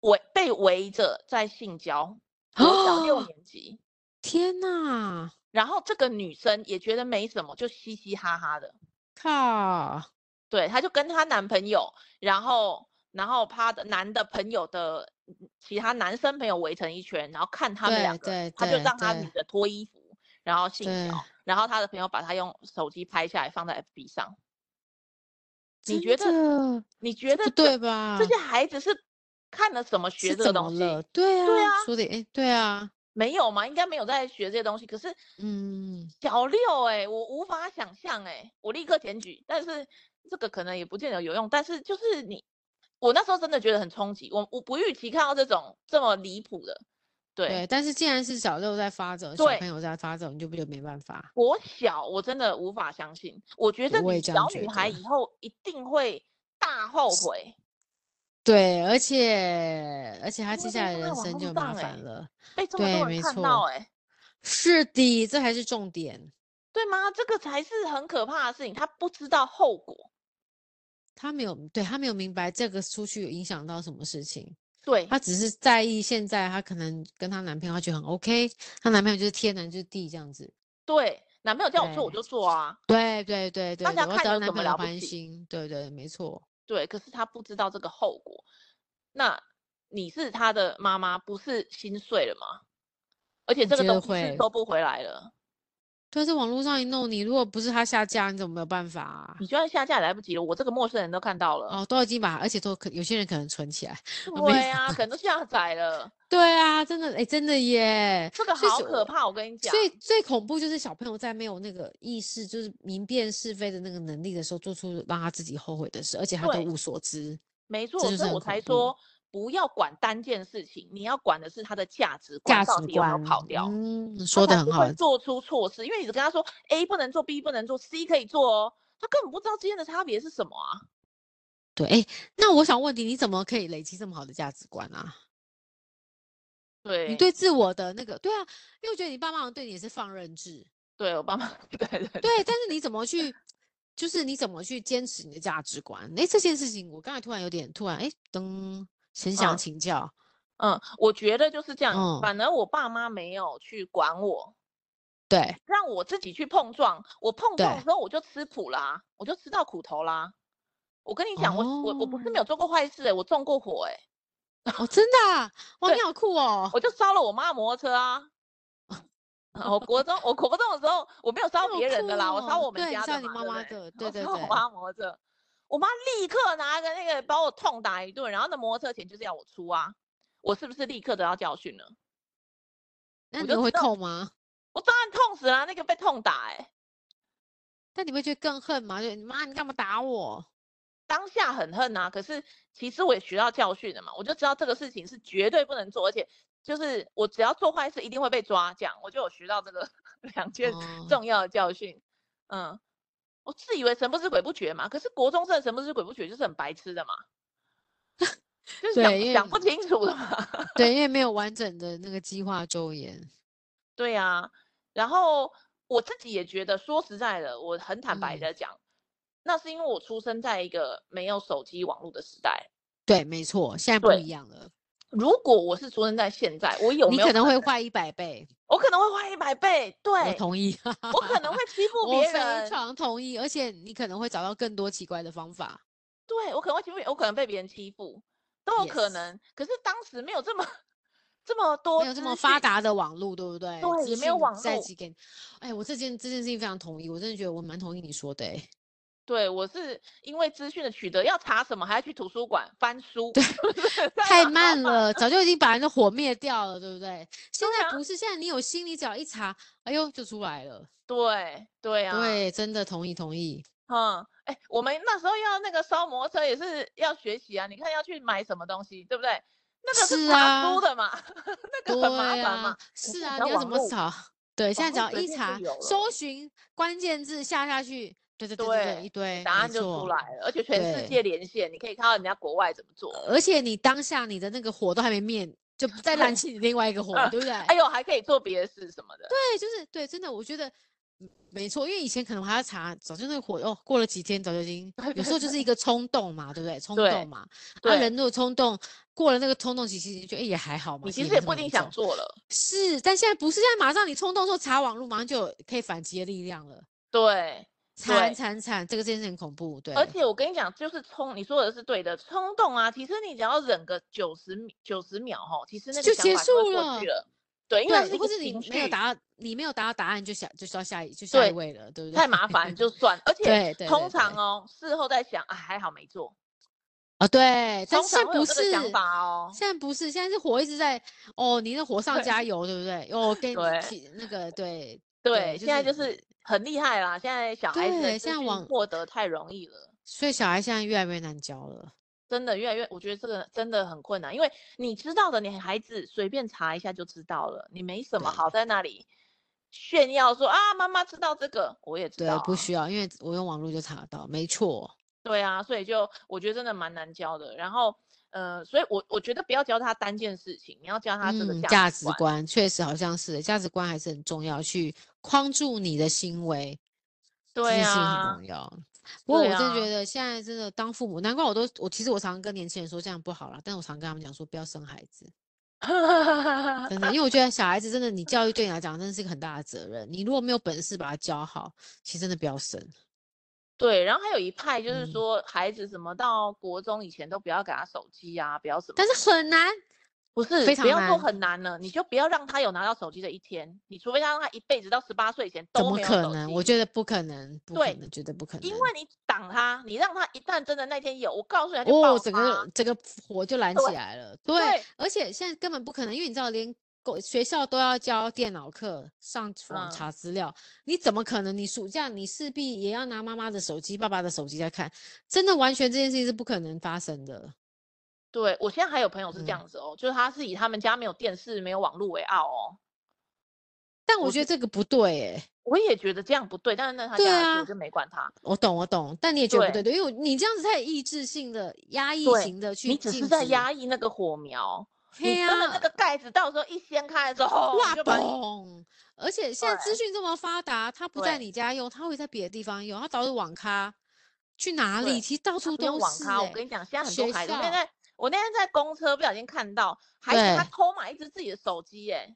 Speaker 2: 围被围着在性交，国小六年级。
Speaker 1: 天哪，
Speaker 2: 然后这个女生也觉得没什么，就嘻嘻哈哈的，
Speaker 1: 靠！
Speaker 2: 对，她就跟她男朋友，然后然后她的男的朋友的嗯其他男生朋友围成一圈，然后看他们两
Speaker 1: 对
Speaker 2: 个
Speaker 1: 对，
Speaker 2: 她就
Speaker 1: 对
Speaker 2: 让她
Speaker 1: 对
Speaker 2: 女的脱衣服，然后性
Speaker 1: 对
Speaker 2: 交，然后她的朋友把她用手机拍下来放在 FB 上。你
Speaker 1: 真
Speaker 2: 觉得？
Speaker 1: 的
Speaker 2: 你觉得
Speaker 1: 不
Speaker 2: 这
Speaker 1: 对吧？
Speaker 2: 这些孩子是看了什么学
Speaker 1: 是
Speaker 2: 这个
Speaker 1: 怎么
Speaker 2: 东西？
Speaker 1: 了？对啊，
Speaker 2: 对啊
Speaker 1: 说的哎，对啊，
Speaker 2: 没有嘛？应该没有在学这些东西。可是
Speaker 1: 嗯，
Speaker 2: 小六哎、我无法想象哎、我立刻检举。但是这个可能也不见得有用。但是就是你，我那时候真的觉得很冲击。我我不预期看到这种这么离谱的，对。嗯
Speaker 1: 对。但是既然是小六在发这种，小
Speaker 2: 对
Speaker 1: 朋友在发这种，你就不就没办法？
Speaker 2: 国小我真的无法相信，我觉得
Speaker 1: 我
Speaker 2: 你
Speaker 1: 也这
Speaker 2: 小
Speaker 1: 样觉
Speaker 2: 女孩
Speaker 1: 得
Speaker 2: 以后一定会大后悔，
Speaker 1: 对，而且而且他
Speaker 2: 因
Speaker 1: 接
Speaker 2: 为
Speaker 1: 下
Speaker 2: 都
Speaker 1: 来人
Speaker 2: 放在网
Speaker 1: 生
Speaker 2: 络
Speaker 1: 就麻
Speaker 2: 上
Speaker 1: 烦
Speaker 2: 欸
Speaker 1: 了。
Speaker 2: 被这么
Speaker 1: 对
Speaker 2: 多
Speaker 1: 没
Speaker 2: 人看
Speaker 1: 错
Speaker 2: 到哎、
Speaker 1: 是的，这还是重点。
Speaker 2: 对吗？这个才是很可怕的事情，他不知道后果，
Speaker 1: 他没有，对他没有明白这个出去有影响到什么事情，
Speaker 2: 对
Speaker 1: 他只是在意现在她可能跟她男朋友，她觉得很 OK，她男朋友就是天南就是地这样子。
Speaker 2: 对，男朋友叫我做我
Speaker 1: 对
Speaker 2: 就做啊，
Speaker 1: 对对对对，
Speaker 2: 大
Speaker 1: 对
Speaker 2: 家
Speaker 1: 我要
Speaker 2: 看
Speaker 1: 得到
Speaker 2: 有
Speaker 1: 男
Speaker 2: 什么
Speaker 1: 朋友
Speaker 2: 了不
Speaker 1: 欢
Speaker 2: 起
Speaker 1: 心，对对，没错。
Speaker 2: 对，可是他不知道这个后果。那你是他的妈妈，不是心碎了吗？而且
Speaker 1: 我
Speaker 2: 这个
Speaker 1: 觉得
Speaker 2: 东西是
Speaker 1: 会
Speaker 2: 收不回来了，
Speaker 1: 但是网络上一弄你，如果不是他下架，你怎么没有办法啊、
Speaker 2: 你就算下架也来不及了。我这个陌生人都看到了，
Speaker 1: 哦，都已经把，而且都可有些人可能存起来。没有
Speaker 2: 对啊，可 能都下载了，
Speaker 1: 对啊，真的，哎，真的耶，
Speaker 2: 这个
Speaker 1: 所以
Speaker 2: 好
Speaker 1: 是
Speaker 2: 可
Speaker 1: 我
Speaker 2: 怕，我跟你讲
Speaker 1: 所。以最恐怖就是小朋友在没有那个意识，就是明辨是非的那个能力的时候，做出让他自己后悔的事，而且他都
Speaker 2: 对
Speaker 1: 无所知。
Speaker 2: 没错，
Speaker 1: 这就是
Speaker 2: 所以
Speaker 1: 很
Speaker 2: 我才
Speaker 1: 恐怖
Speaker 2: 说不要管单件事情，你要管的是他的价值观
Speaker 1: 价值
Speaker 2: 到底有没有
Speaker 1: 观，
Speaker 2: 跑掉。
Speaker 1: 嗯，
Speaker 2: 他
Speaker 1: 说
Speaker 2: 才
Speaker 1: 的很
Speaker 2: 不
Speaker 1: 好
Speaker 2: 会，做出错事，因为你只跟他说 A 不能做，B 不能做，C 可以做哦，他根本不知道之间的差别是什么啊。
Speaker 1: 对，哎，那我想问你，你怎么可以累积这么好的价值观啊？
Speaker 2: 对，
Speaker 1: 你对自我的那个，对啊，因为我觉得你爸妈好像对你也是放任制，
Speaker 2: 对我爸妈， 对对对，
Speaker 1: 对，但是你怎么去，就是你怎么去坚持你的价值观？哎，这件事情我刚才突然有点突然，哎，噔，很想
Speaker 2: 嗯
Speaker 1: 请教，
Speaker 2: 嗯，我觉得就是这样。
Speaker 1: 嗯
Speaker 2: 反而我爸妈没有去管我，
Speaker 1: 对
Speaker 2: 让我自己去碰撞。我碰撞
Speaker 1: 对
Speaker 2: 的时候我就吃苦啦，我就吃到苦头啦。我跟你讲，我我我不是没有做过坏事、欸，我纵过火、欸，
Speaker 1: 哦，真的啊，哇，
Speaker 2: 对
Speaker 1: 你好酷哦，
Speaker 2: 我就烧了我妈的摩托 车啊。啊我国中，我国中的时候，我没有烧
Speaker 1: 好
Speaker 2: 别人的啦，
Speaker 1: 酷
Speaker 2: 我烧
Speaker 1: 哦
Speaker 2: 我们
Speaker 1: 对你
Speaker 2: 家的
Speaker 1: 烧
Speaker 2: 嘛，
Speaker 1: 你妈
Speaker 2: 不
Speaker 1: 妈的对对
Speaker 2: 我烧我
Speaker 1: 对
Speaker 2: 妈摩托车，我妈立刻拿个那个把我痛打一顿，然后那摩托车钱就是要我出啊，我是不是立刻得到教训了？
Speaker 1: 那
Speaker 2: 我
Speaker 1: 你
Speaker 2: 就
Speaker 1: 有
Speaker 2: 知
Speaker 1: 会
Speaker 2: 道
Speaker 1: 扣吗？
Speaker 2: 我当然痛死了啊、那个被痛打、欸，
Speaker 1: 但你会觉得更恨吗？就你妈，你干嘛打我？
Speaker 2: 当下很恨啊，可是其实我也学到教训了嘛，我就知道这个事情是绝对不能做，而且就是我只要做坏事一定会被抓，这样我就有学到这个 两件
Speaker 1: 哦
Speaker 2: 重要的教训。嗯，我自以为神不知鬼不觉嘛，可是国中生的神不知鬼不觉就是很白痴的嘛， 就是
Speaker 1: 对因
Speaker 2: 想
Speaker 1: 为
Speaker 2: 想不清楚的嘛。
Speaker 1: 对，因为没有完整的那个计划周延。
Speaker 2: 对呀、然后我自己也觉得，说实在的，我很坦白
Speaker 1: 嗯
Speaker 2: 的讲，那是因为我出生在一个没有手机网络的时代。
Speaker 1: 对，没错，现在不
Speaker 2: 对
Speaker 1: 一样了，
Speaker 2: 如果我是出生在现在，我有
Speaker 1: 你
Speaker 2: 没有
Speaker 1: 可能会坏一百倍。
Speaker 2: 我可能会花一百倍，对
Speaker 1: 我同意，
Speaker 2: 我可能会欺负
Speaker 1: 我
Speaker 2: 别
Speaker 1: 非
Speaker 2: 人，
Speaker 1: 常同意，而且你可能会找到更多奇怪的方法。
Speaker 2: 对我可能会欺负别人，我可能被别人欺负，都有可
Speaker 1: Yes
Speaker 2: 能。可是当时没有这么这么多，
Speaker 1: 没有这么发，达的网络，对不对？
Speaker 2: 对
Speaker 1: 资
Speaker 2: 也没有
Speaker 1: 讯
Speaker 2: 网
Speaker 1: 在一
Speaker 2: 络
Speaker 1: 起给你。哎，我这件这件事情非常同意，我真的觉得我蛮同意你说的、哎，
Speaker 2: 对我是因为资讯的取得要查什么，还要去图书馆翻书， 啊
Speaker 1: 太慢了，早就已经把人的火灭掉了，对不对？现
Speaker 2: 对
Speaker 1: 在
Speaker 2: 啊
Speaker 1: 不是，现在你有心，你只要一查，哎呦就出来了。
Speaker 2: 对对啊，
Speaker 1: 对，真的同意同意。
Speaker 2: 嗯，哎，我们那时候要那个烧摩托车也是要学习啊，你看要去买什么东西，对不对？那个
Speaker 1: 是
Speaker 2: 查
Speaker 1: 啊
Speaker 2: 书的嘛， 那个很麻
Speaker 1: 对
Speaker 2: 烦嘛。
Speaker 1: 啊，是
Speaker 2: 现
Speaker 1: 啊，
Speaker 2: 在
Speaker 1: 你要怎
Speaker 2: 网
Speaker 1: 么
Speaker 2: 络
Speaker 1: 找？对，现在
Speaker 2: 网
Speaker 1: 只
Speaker 2: 络
Speaker 1: 要
Speaker 2: 随
Speaker 1: 一
Speaker 2: 便就
Speaker 1: 查
Speaker 2: 有了
Speaker 1: 搜寻关键字下下去，对对对对，对一堆
Speaker 2: 答
Speaker 1: 没
Speaker 2: 案就出
Speaker 1: 错
Speaker 2: 来了，而且全世
Speaker 1: 对
Speaker 2: 界连线，你可以看到人家国外怎么做。
Speaker 1: 而且你当下你的那个火都还没灭，就再燃
Speaker 2: 对
Speaker 1: 起你另外一个火，
Speaker 2: 嗯
Speaker 1: 对不对？
Speaker 2: 哎呦，还可以做别的事什么的。
Speaker 1: 对，就是对，真的，我觉得嗯没错，因为以前可能还要查，早就那个火哦，过 了几天早就已经，有时候就是一个冲动嘛，对不对？冲
Speaker 2: 对
Speaker 1: 动嘛，啊，
Speaker 2: 对
Speaker 1: 人如果冲动，过了那个冲动期，其实就、哎也还好嘛。
Speaker 2: 你
Speaker 1: 其
Speaker 2: 其
Speaker 1: 实
Speaker 2: 实
Speaker 1: 没
Speaker 2: 也
Speaker 1: 这
Speaker 2: 不
Speaker 1: 么
Speaker 2: 一定
Speaker 1: 严
Speaker 2: 想
Speaker 1: 重
Speaker 2: 做了，
Speaker 1: 是，但现在不是，现在马上你冲动说查网路，马上就有可以反击的力量了。
Speaker 2: 对。
Speaker 1: 惨
Speaker 2: 对
Speaker 1: 惨惨，这个真是很恐怖。对，
Speaker 2: 而且我跟你讲，就是冲，你说的是对的，冲动啊，其实你只要忍个九十秒，九十秒哈，其实那个
Speaker 1: 就
Speaker 2: 想
Speaker 1: 结
Speaker 2: 法就
Speaker 1: 束
Speaker 2: 会过去
Speaker 1: 了
Speaker 2: 了。对，因为它是
Speaker 1: 对，
Speaker 2: 一
Speaker 1: 或
Speaker 2: 个
Speaker 1: 者你
Speaker 2: 情
Speaker 1: 没有
Speaker 2: 绪
Speaker 1: 答，你没有答到答案就下，就到下一就下一
Speaker 2: 对
Speaker 1: 位了，对不对？
Speaker 2: 太麻 烦就算，而且
Speaker 1: 对对
Speaker 2: 通
Speaker 1: 对
Speaker 2: 常
Speaker 1: 对
Speaker 2: 哦，事后再想，啊，还好没做。
Speaker 1: 啊，对，但
Speaker 2: 通
Speaker 1: 现在
Speaker 2: 常会有
Speaker 1: 不
Speaker 2: 这个
Speaker 1: 是
Speaker 2: 想法哦。
Speaker 1: 现在不是，现在是火一直在哦，你的火上
Speaker 2: 对
Speaker 1: 加油，对不对？哦，给你
Speaker 2: 对
Speaker 1: 去那个对对
Speaker 2: 对，
Speaker 1: 就
Speaker 2: 现在就是是很厉害啦，现在小孩子
Speaker 1: 对
Speaker 2: 的
Speaker 1: 现
Speaker 2: 资
Speaker 1: 在
Speaker 2: 讯
Speaker 1: 网
Speaker 2: 获得太容易了。
Speaker 1: 所以小孩现在越来越难教了。
Speaker 2: 真的越来越，我觉得这个真的很困难，因为你知道的，你孩子随便查一下就知道了，你没什么
Speaker 1: 对
Speaker 2: 好在那里炫耀说啊，妈妈知道这个，我也知
Speaker 1: 对
Speaker 2: 道、，啊
Speaker 1: 不需要，因为我用网络就查得到，没错。
Speaker 2: 对啊，所以就我觉得真的蛮难教的。然后，呃，所以我我觉得不要教他单件事情，你要教他这个
Speaker 1: 嗯，
Speaker 2: 价
Speaker 1: 价
Speaker 2: 值
Speaker 1: 值
Speaker 2: 观。
Speaker 1: 观确实好像是，价值观还是很重要，去框住你的行为，这
Speaker 2: 对
Speaker 1: 件事情
Speaker 2: 啊，
Speaker 1: 很重要。不过我
Speaker 2: 对
Speaker 1: 真的觉
Speaker 2: 啊
Speaker 1: 得现在真的当父母，难怪我都我其实我常跟年轻人说这样不好啦，但我常跟他们讲说不要生孩子， 真的，因为我觉得小孩子真的，你教育对你来讲真的是一个很大的责任。你如果没有本事把他教好，其实真的不要生。
Speaker 2: 对，然后还有一派就是
Speaker 1: 嗯
Speaker 2: 说，孩子什么到国中以前都不要给他手机啊，不要什么，
Speaker 1: 但是很难，
Speaker 2: 不是
Speaker 1: 非
Speaker 2: 不要
Speaker 1: 常
Speaker 2: 说
Speaker 1: 难
Speaker 2: 很难了，你就不要让他有拿到手机的一天，你除非他让他一辈子到十八岁以前
Speaker 1: 怎
Speaker 2: 都
Speaker 1: 么
Speaker 2: 没有
Speaker 1: 可
Speaker 2: 手
Speaker 1: 能？
Speaker 2: 机，
Speaker 1: 我觉得不可能，不可
Speaker 2: 对
Speaker 1: 能，绝对不可能。
Speaker 2: 因为你挡他，你让他一旦真的那天有，我告诉你他就爆
Speaker 1: 哦，
Speaker 2: 发，
Speaker 1: 整个整个火就燃
Speaker 2: 对
Speaker 1: 起来了。对，
Speaker 2: 对
Speaker 1: 而且现在根本不可能，因为你知道，连狗学校都要教电脑课，上网
Speaker 2: 嗯
Speaker 1: 查资料，你怎么可能？你暑假你势必也要拿妈妈的手机、爸爸的手机在看，真的完全这件事情是不可能发生的。
Speaker 2: 对我现在还有朋友是
Speaker 1: 嗯
Speaker 2: 这样子哦，就是他是以他们家没有电视、没有网络为傲哦，
Speaker 1: 但我
Speaker 2: 我
Speaker 1: 觉得
Speaker 2: 觉
Speaker 1: 这个不对、欸，
Speaker 2: 我也觉得这样不对，但是那他
Speaker 1: 对
Speaker 2: 家的事
Speaker 1: 啊
Speaker 2: 我就没管他，
Speaker 1: 我懂，我懂，但你也觉得不对，
Speaker 2: 对
Speaker 1: 对，因为我你这样子太抑制性的、压抑
Speaker 2: 对
Speaker 1: 型的去
Speaker 2: 你只是在压抑那个火苗，你真的那
Speaker 1: 那
Speaker 2: 个盖子到时候一掀开的时候，
Speaker 1: 哇
Speaker 2: 你就把你
Speaker 1: 嘣！而且现在资讯这么发达，它不在
Speaker 2: 对
Speaker 1: 你家用，它会在别的地方用，它导致网咖去哪里？
Speaker 2: 对
Speaker 1: 其实到
Speaker 2: 他
Speaker 1: 处
Speaker 2: 不用
Speaker 1: 都
Speaker 2: 网
Speaker 1: 是、
Speaker 2: 咖，我
Speaker 1: 欸
Speaker 2: 跟你讲，现在很
Speaker 1: 学
Speaker 2: 多孩子，我那
Speaker 1: 校
Speaker 2: 天在我那天在公车不小心看到孩子他
Speaker 1: 对
Speaker 2: 偷买一只自己的手机，哎，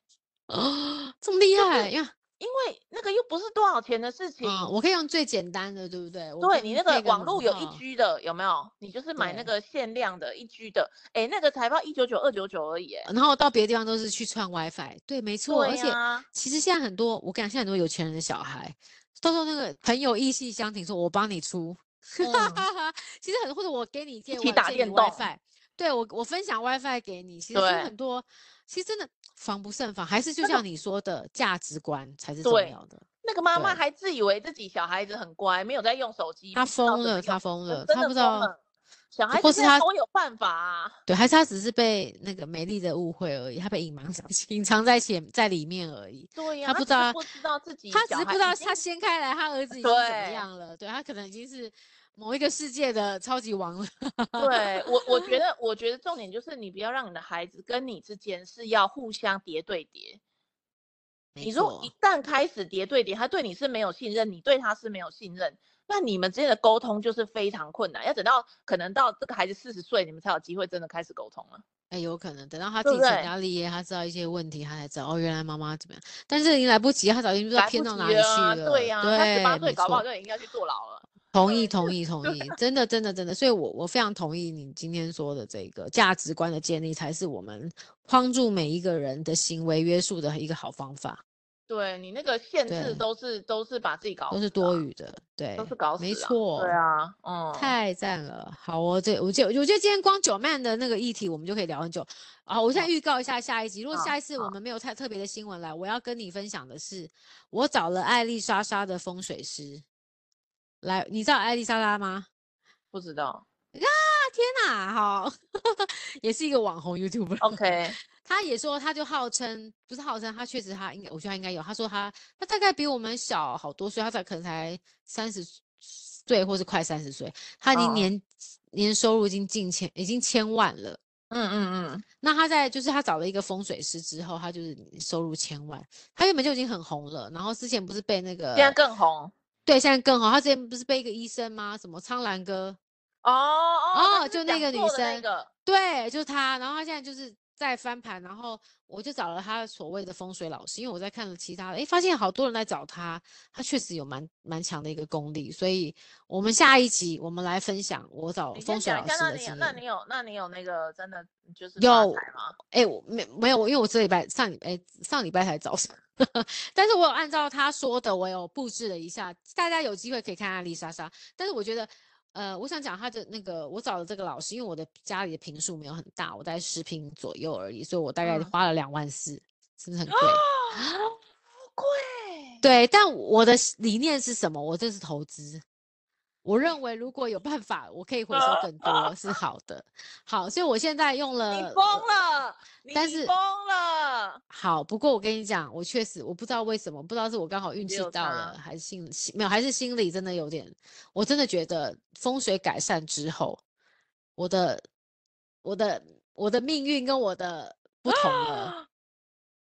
Speaker 1: 啊，这么厉
Speaker 2: 就是
Speaker 1: 害呀！
Speaker 2: 因为那个又不是多少钱的事情，
Speaker 1: 啊，我可以用最简单的，对不对？我
Speaker 2: 对
Speaker 1: 跟
Speaker 2: 你那个
Speaker 1: 配
Speaker 2: 网
Speaker 1: 门
Speaker 2: 络有一
Speaker 1: 号
Speaker 2: G 的有没有？你就是买那
Speaker 1: 对
Speaker 2: 个限量的一 G 的，哎，那个才报一九九二九九而已，哎，
Speaker 1: 然后到别的地方都是去串 WiFi，对，没错。而
Speaker 2: 对
Speaker 1: 且
Speaker 2: 呀，
Speaker 1: 其实现在很多，我跟你讲，现在很多有钱人的小孩，到时候那个朋友意气相挺，说我帮你出，
Speaker 2: 嗯
Speaker 1: 其实很或者我给你借
Speaker 2: 起
Speaker 1: Wi-
Speaker 2: 打
Speaker 1: 借你
Speaker 2: 电动
Speaker 1: WiFi，对我我分享 WiFi 给你，其实
Speaker 2: 对
Speaker 1: 有很多，其实真的防不胜防，还是就
Speaker 2: 那个
Speaker 1: 像你说的，价值观才是重
Speaker 2: 对
Speaker 1: 要的。
Speaker 2: 那个妈妈
Speaker 1: 对
Speaker 2: 还自以为自己小孩子很乖，没有在用手机，
Speaker 1: 他
Speaker 2: 不知道
Speaker 1: 疯
Speaker 2: 怎么
Speaker 1: 了，他
Speaker 2: 用
Speaker 1: 疯
Speaker 2: 呃
Speaker 1: 了，
Speaker 2: 真
Speaker 1: 他
Speaker 2: 的
Speaker 1: 不知
Speaker 2: 疯
Speaker 1: 道，
Speaker 2: 了。小孩
Speaker 1: 或是
Speaker 2: 子现
Speaker 1: 他
Speaker 2: 在都有办法啊，
Speaker 1: 对，还是他只是被那个美丽的误会而已，他被隐瞒 在隐藏在前在里面而已。
Speaker 2: 对呀，
Speaker 1: 他不
Speaker 2: 只
Speaker 1: 知道啊
Speaker 2: 是不知道自己
Speaker 1: 他只
Speaker 2: 小
Speaker 1: 是不
Speaker 2: 孩
Speaker 1: 知
Speaker 2: 已
Speaker 1: 道
Speaker 2: 经
Speaker 1: 他掀开来，他儿子已经怎么
Speaker 2: 对
Speaker 1: 样了？对他可能已经是某一个世界的超级王了。
Speaker 2: 对我，我觉得，我觉得重点就是你不要让你的孩子跟你之间是要互相叠对叠。
Speaker 1: 没
Speaker 2: 你如果
Speaker 1: 错
Speaker 2: 一，旦开始叠对叠，他对你是没有信任，你对他是没有信任，那你们之间的沟通就是非常困难。要等到可能到这个孩子四十岁，你们才有机会真的开始沟通了。
Speaker 1: 哎，有可能等到他
Speaker 2: 对
Speaker 1: 自己
Speaker 2: 不
Speaker 1: 成
Speaker 2: 对
Speaker 1: 家立业，他知道一些问题，他才知道哦，原来妈妈怎么样。但是已经来不及，他早已经不知道
Speaker 2: 来
Speaker 1: 偏
Speaker 2: 不
Speaker 1: 到
Speaker 2: 及
Speaker 1: 哪里
Speaker 2: 啊，
Speaker 1: 去了。
Speaker 2: 对呀、他十八岁
Speaker 1: 没
Speaker 2: 搞不好
Speaker 1: 错，
Speaker 2: 就已经要去坐牢了。
Speaker 1: 同 意，同意，同意，真的，真的，真的。所以我我非常同意你今天说的这个价值观的建立，才是我们框住每一个人的行为约束的一个好方法。
Speaker 2: 对你那个限
Speaker 1: 对
Speaker 2: 制都是都是把自己搞
Speaker 1: 都是
Speaker 2: 死
Speaker 1: 多
Speaker 2: 啊，
Speaker 1: 余的，对，
Speaker 2: 都是搞死、啊。
Speaker 1: 没错，
Speaker 2: 对啊，嗯，
Speaker 1: 太赞了。好哦，这我觉得我觉得今天光九曼的那个议题，我们就可以聊很久。啊，我现在预告一下下一集，如果
Speaker 2: 好
Speaker 1: 下一次我们没有太特别的新闻来，我要跟你分享的是，我找了艾丽莎莎的风水师来，你知道艾丽莎莎吗？
Speaker 2: 不知道。
Speaker 1: 天哪，好，也是一个网红 YouTuber。
Speaker 2: OK，
Speaker 1: 他也说，他就号称不是号称，他确实他应该，我觉得他应该有。他说他他大概比我们小好多岁，他才可能才三十岁或是快三十岁，他已经
Speaker 2: 哦
Speaker 1: 年、年收入已经近千已经千万了。
Speaker 2: 嗯嗯嗯，
Speaker 1: 那他在就是他找了一个风水师之后，他就是收入千万。他原本就已经很红了，然后之前不是被那个
Speaker 2: 现在更红。
Speaker 1: 对现在更红，他之前不是被一个医生吗？什么苍兰哥
Speaker 3: 哦哦
Speaker 1: 哦
Speaker 3: 是
Speaker 1: 就那
Speaker 3: 讲
Speaker 1: 个女
Speaker 3: 座的那
Speaker 1: 生
Speaker 3: 个
Speaker 1: 对，就他，然后他现在就是在翻盘，然后我就找了他所谓的风水老师，因为我在看了其他的，诶，发现好多人来找他，他确实有蛮蛮强的一个功力，所以我们下一集我们来分享我找
Speaker 3: 你
Speaker 1: 风
Speaker 3: 先
Speaker 1: 水
Speaker 3: 讲
Speaker 1: 老
Speaker 3: 一下，
Speaker 1: 师
Speaker 3: 那
Speaker 1: 的
Speaker 3: 你有
Speaker 1: 经
Speaker 3: 那你有那
Speaker 1: 验。
Speaker 3: 你有那个真的就是
Speaker 1: 有
Speaker 3: 发财吗？
Speaker 1: 哎，我没没有，因为我这礼拜上礼拜上礼拜才找上， 但是我有按照他说的，我有布置了一下，大家有机会可以看看丽莎莎。但是我觉得，呃，我想讲他的那个我找的这个老师，因为我的家里的平数没有很大，我大概十平左右而已，所以我大概
Speaker 3: 嗯
Speaker 1: 花了两万四，是不是很贵？
Speaker 3: 啊好贵，
Speaker 1: 对，但我的理念是什么？我这是投资。我认为如果有办法，我可以回收 更多是好的。好，所以我现在用了
Speaker 3: 你疯了，你
Speaker 1: 呃但是
Speaker 3: 疯了，
Speaker 1: 好，不过我跟你讲，我确实我不知道为什么，不知道是我刚好运
Speaker 3: 只
Speaker 1: 气
Speaker 3: 有
Speaker 1: 到了，
Speaker 3: 他
Speaker 1: 还是心心没有，还是心里真的有点，我真的觉得风水改善之后，我的我的我的命运跟我 的不同了。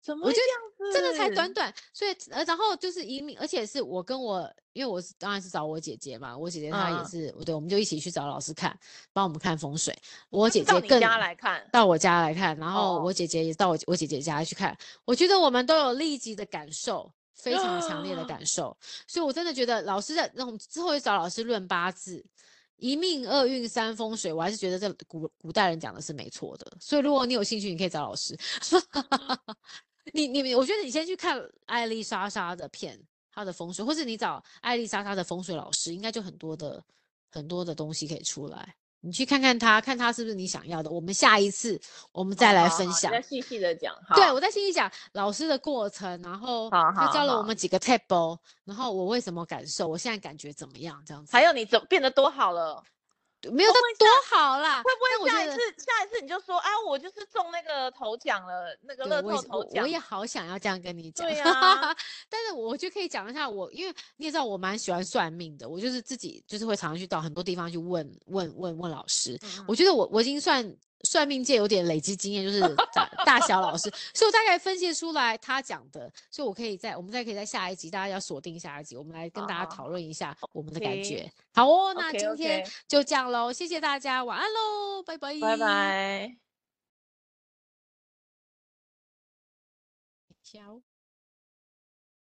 Speaker 3: 怎么
Speaker 1: 我
Speaker 3: 会
Speaker 1: 觉
Speaker 3: 这样子？
Speaker 1: 真的才短短，所以呃，然后就是移民，而且是我跟我，因为我是当然是找我姐姐嘛，我姐姐她
Speaker 3: 嗯
Speaker 1: 也
Speaker 3: 嗯
Speaker 1: 是，对，我们就一起去找老师看，帮我们看风水。我姐
Speaker 3: 到
Speaker 1: 姐
Speaker 3: 你
Speaker 1: 更
Speaker 3: 家来看，
Speaker 1: 到我家来看，然后
Speaker 3: 哦
Speaker 1: 我姐姐也到我我姐姐家去看，我觉得我们都有立即的感受，非常强烈的感受，所以我真的觉得老师在那我们之后就找老师论八字。一命二运三风水，我还是觉得这古古代人讲的是没错的。所以如果你有兴趣，你可以找老师。 你你我觉得你先去看艾丽莎莎的片，她的风水，或是你找艾丽莎莎的风水老师，应该就很多的很多的东西可以出来。你去看看她，看她是不是你想要的。我们下一次我们再
Speaker 3: 好
Speaker 1: 来
Speaker 3: 好
Speaker 1: 分
Speaker 3: 好你
Speaker 1: 享。
Speaker 3: 再细细的讲。
Speaker 1: 对，
Speaker 3: 好
Speaker 1: 我在心里讲老师的过程，然后
Speaker 3: 好
Speaker 1: 他
Speaker 3: 好
Speaker 1: 教了我
Speaker 3: 好
Speaker 1: 们几个 table，然后我为什么感受，我现在感觉怎么样，这样子。
Speaker 3: 还有你怎变得多好了？
Speaker 1: 没有
Speaker 3: 我
Speaker 1: 他
Speaker 3: 问一
Speaker 1: 多好啦，
Speaker 3: 会不会
Speaker 1: 但
Speaker 3: 下
Speaker 1: 我
Speaker 3: 一
Speaker 1: 觉得
Speaker 3: 次下一次你就说啊，我就是中那个头奖了，那个
Speaker 1: 对
Speaker 3: 乐
Speaker 1: 我也
Speaker 3: 透
Speaker 1: 是
Speaker 3: 头
Speaker 1: 我，
Speaker 3: 奖
Speaker 1: 我。也好想要这样跟你讲，
Speaker 3: 对啊
Speaker 1: 但是我就可以讲一下我，因为你也知道我蛮喜欢算命的，我就是自己就是会常常去到很多地方去问问问问老师，
Speaker 3: 嗯
Speaker 1: 我觉得我我已经算算命界有点累积经验，就是大大小老师，所以我大概分析出来他讲的，所以我可以在我们再可以在下一集，大家要锁定下一集，我们来跟大家
Speaker 3: 好
Speaker 1: 讨论一下我们的感
Speaker 3: OK
Speaker 1: 觉。好哦，那今
Speaker 3: OK，OK
Speaker 1: 天就这样喽，谢谢大家，晚安喽，拜拜，
Speaker 3: 嗯拜。拜。
Speaker 1: 悄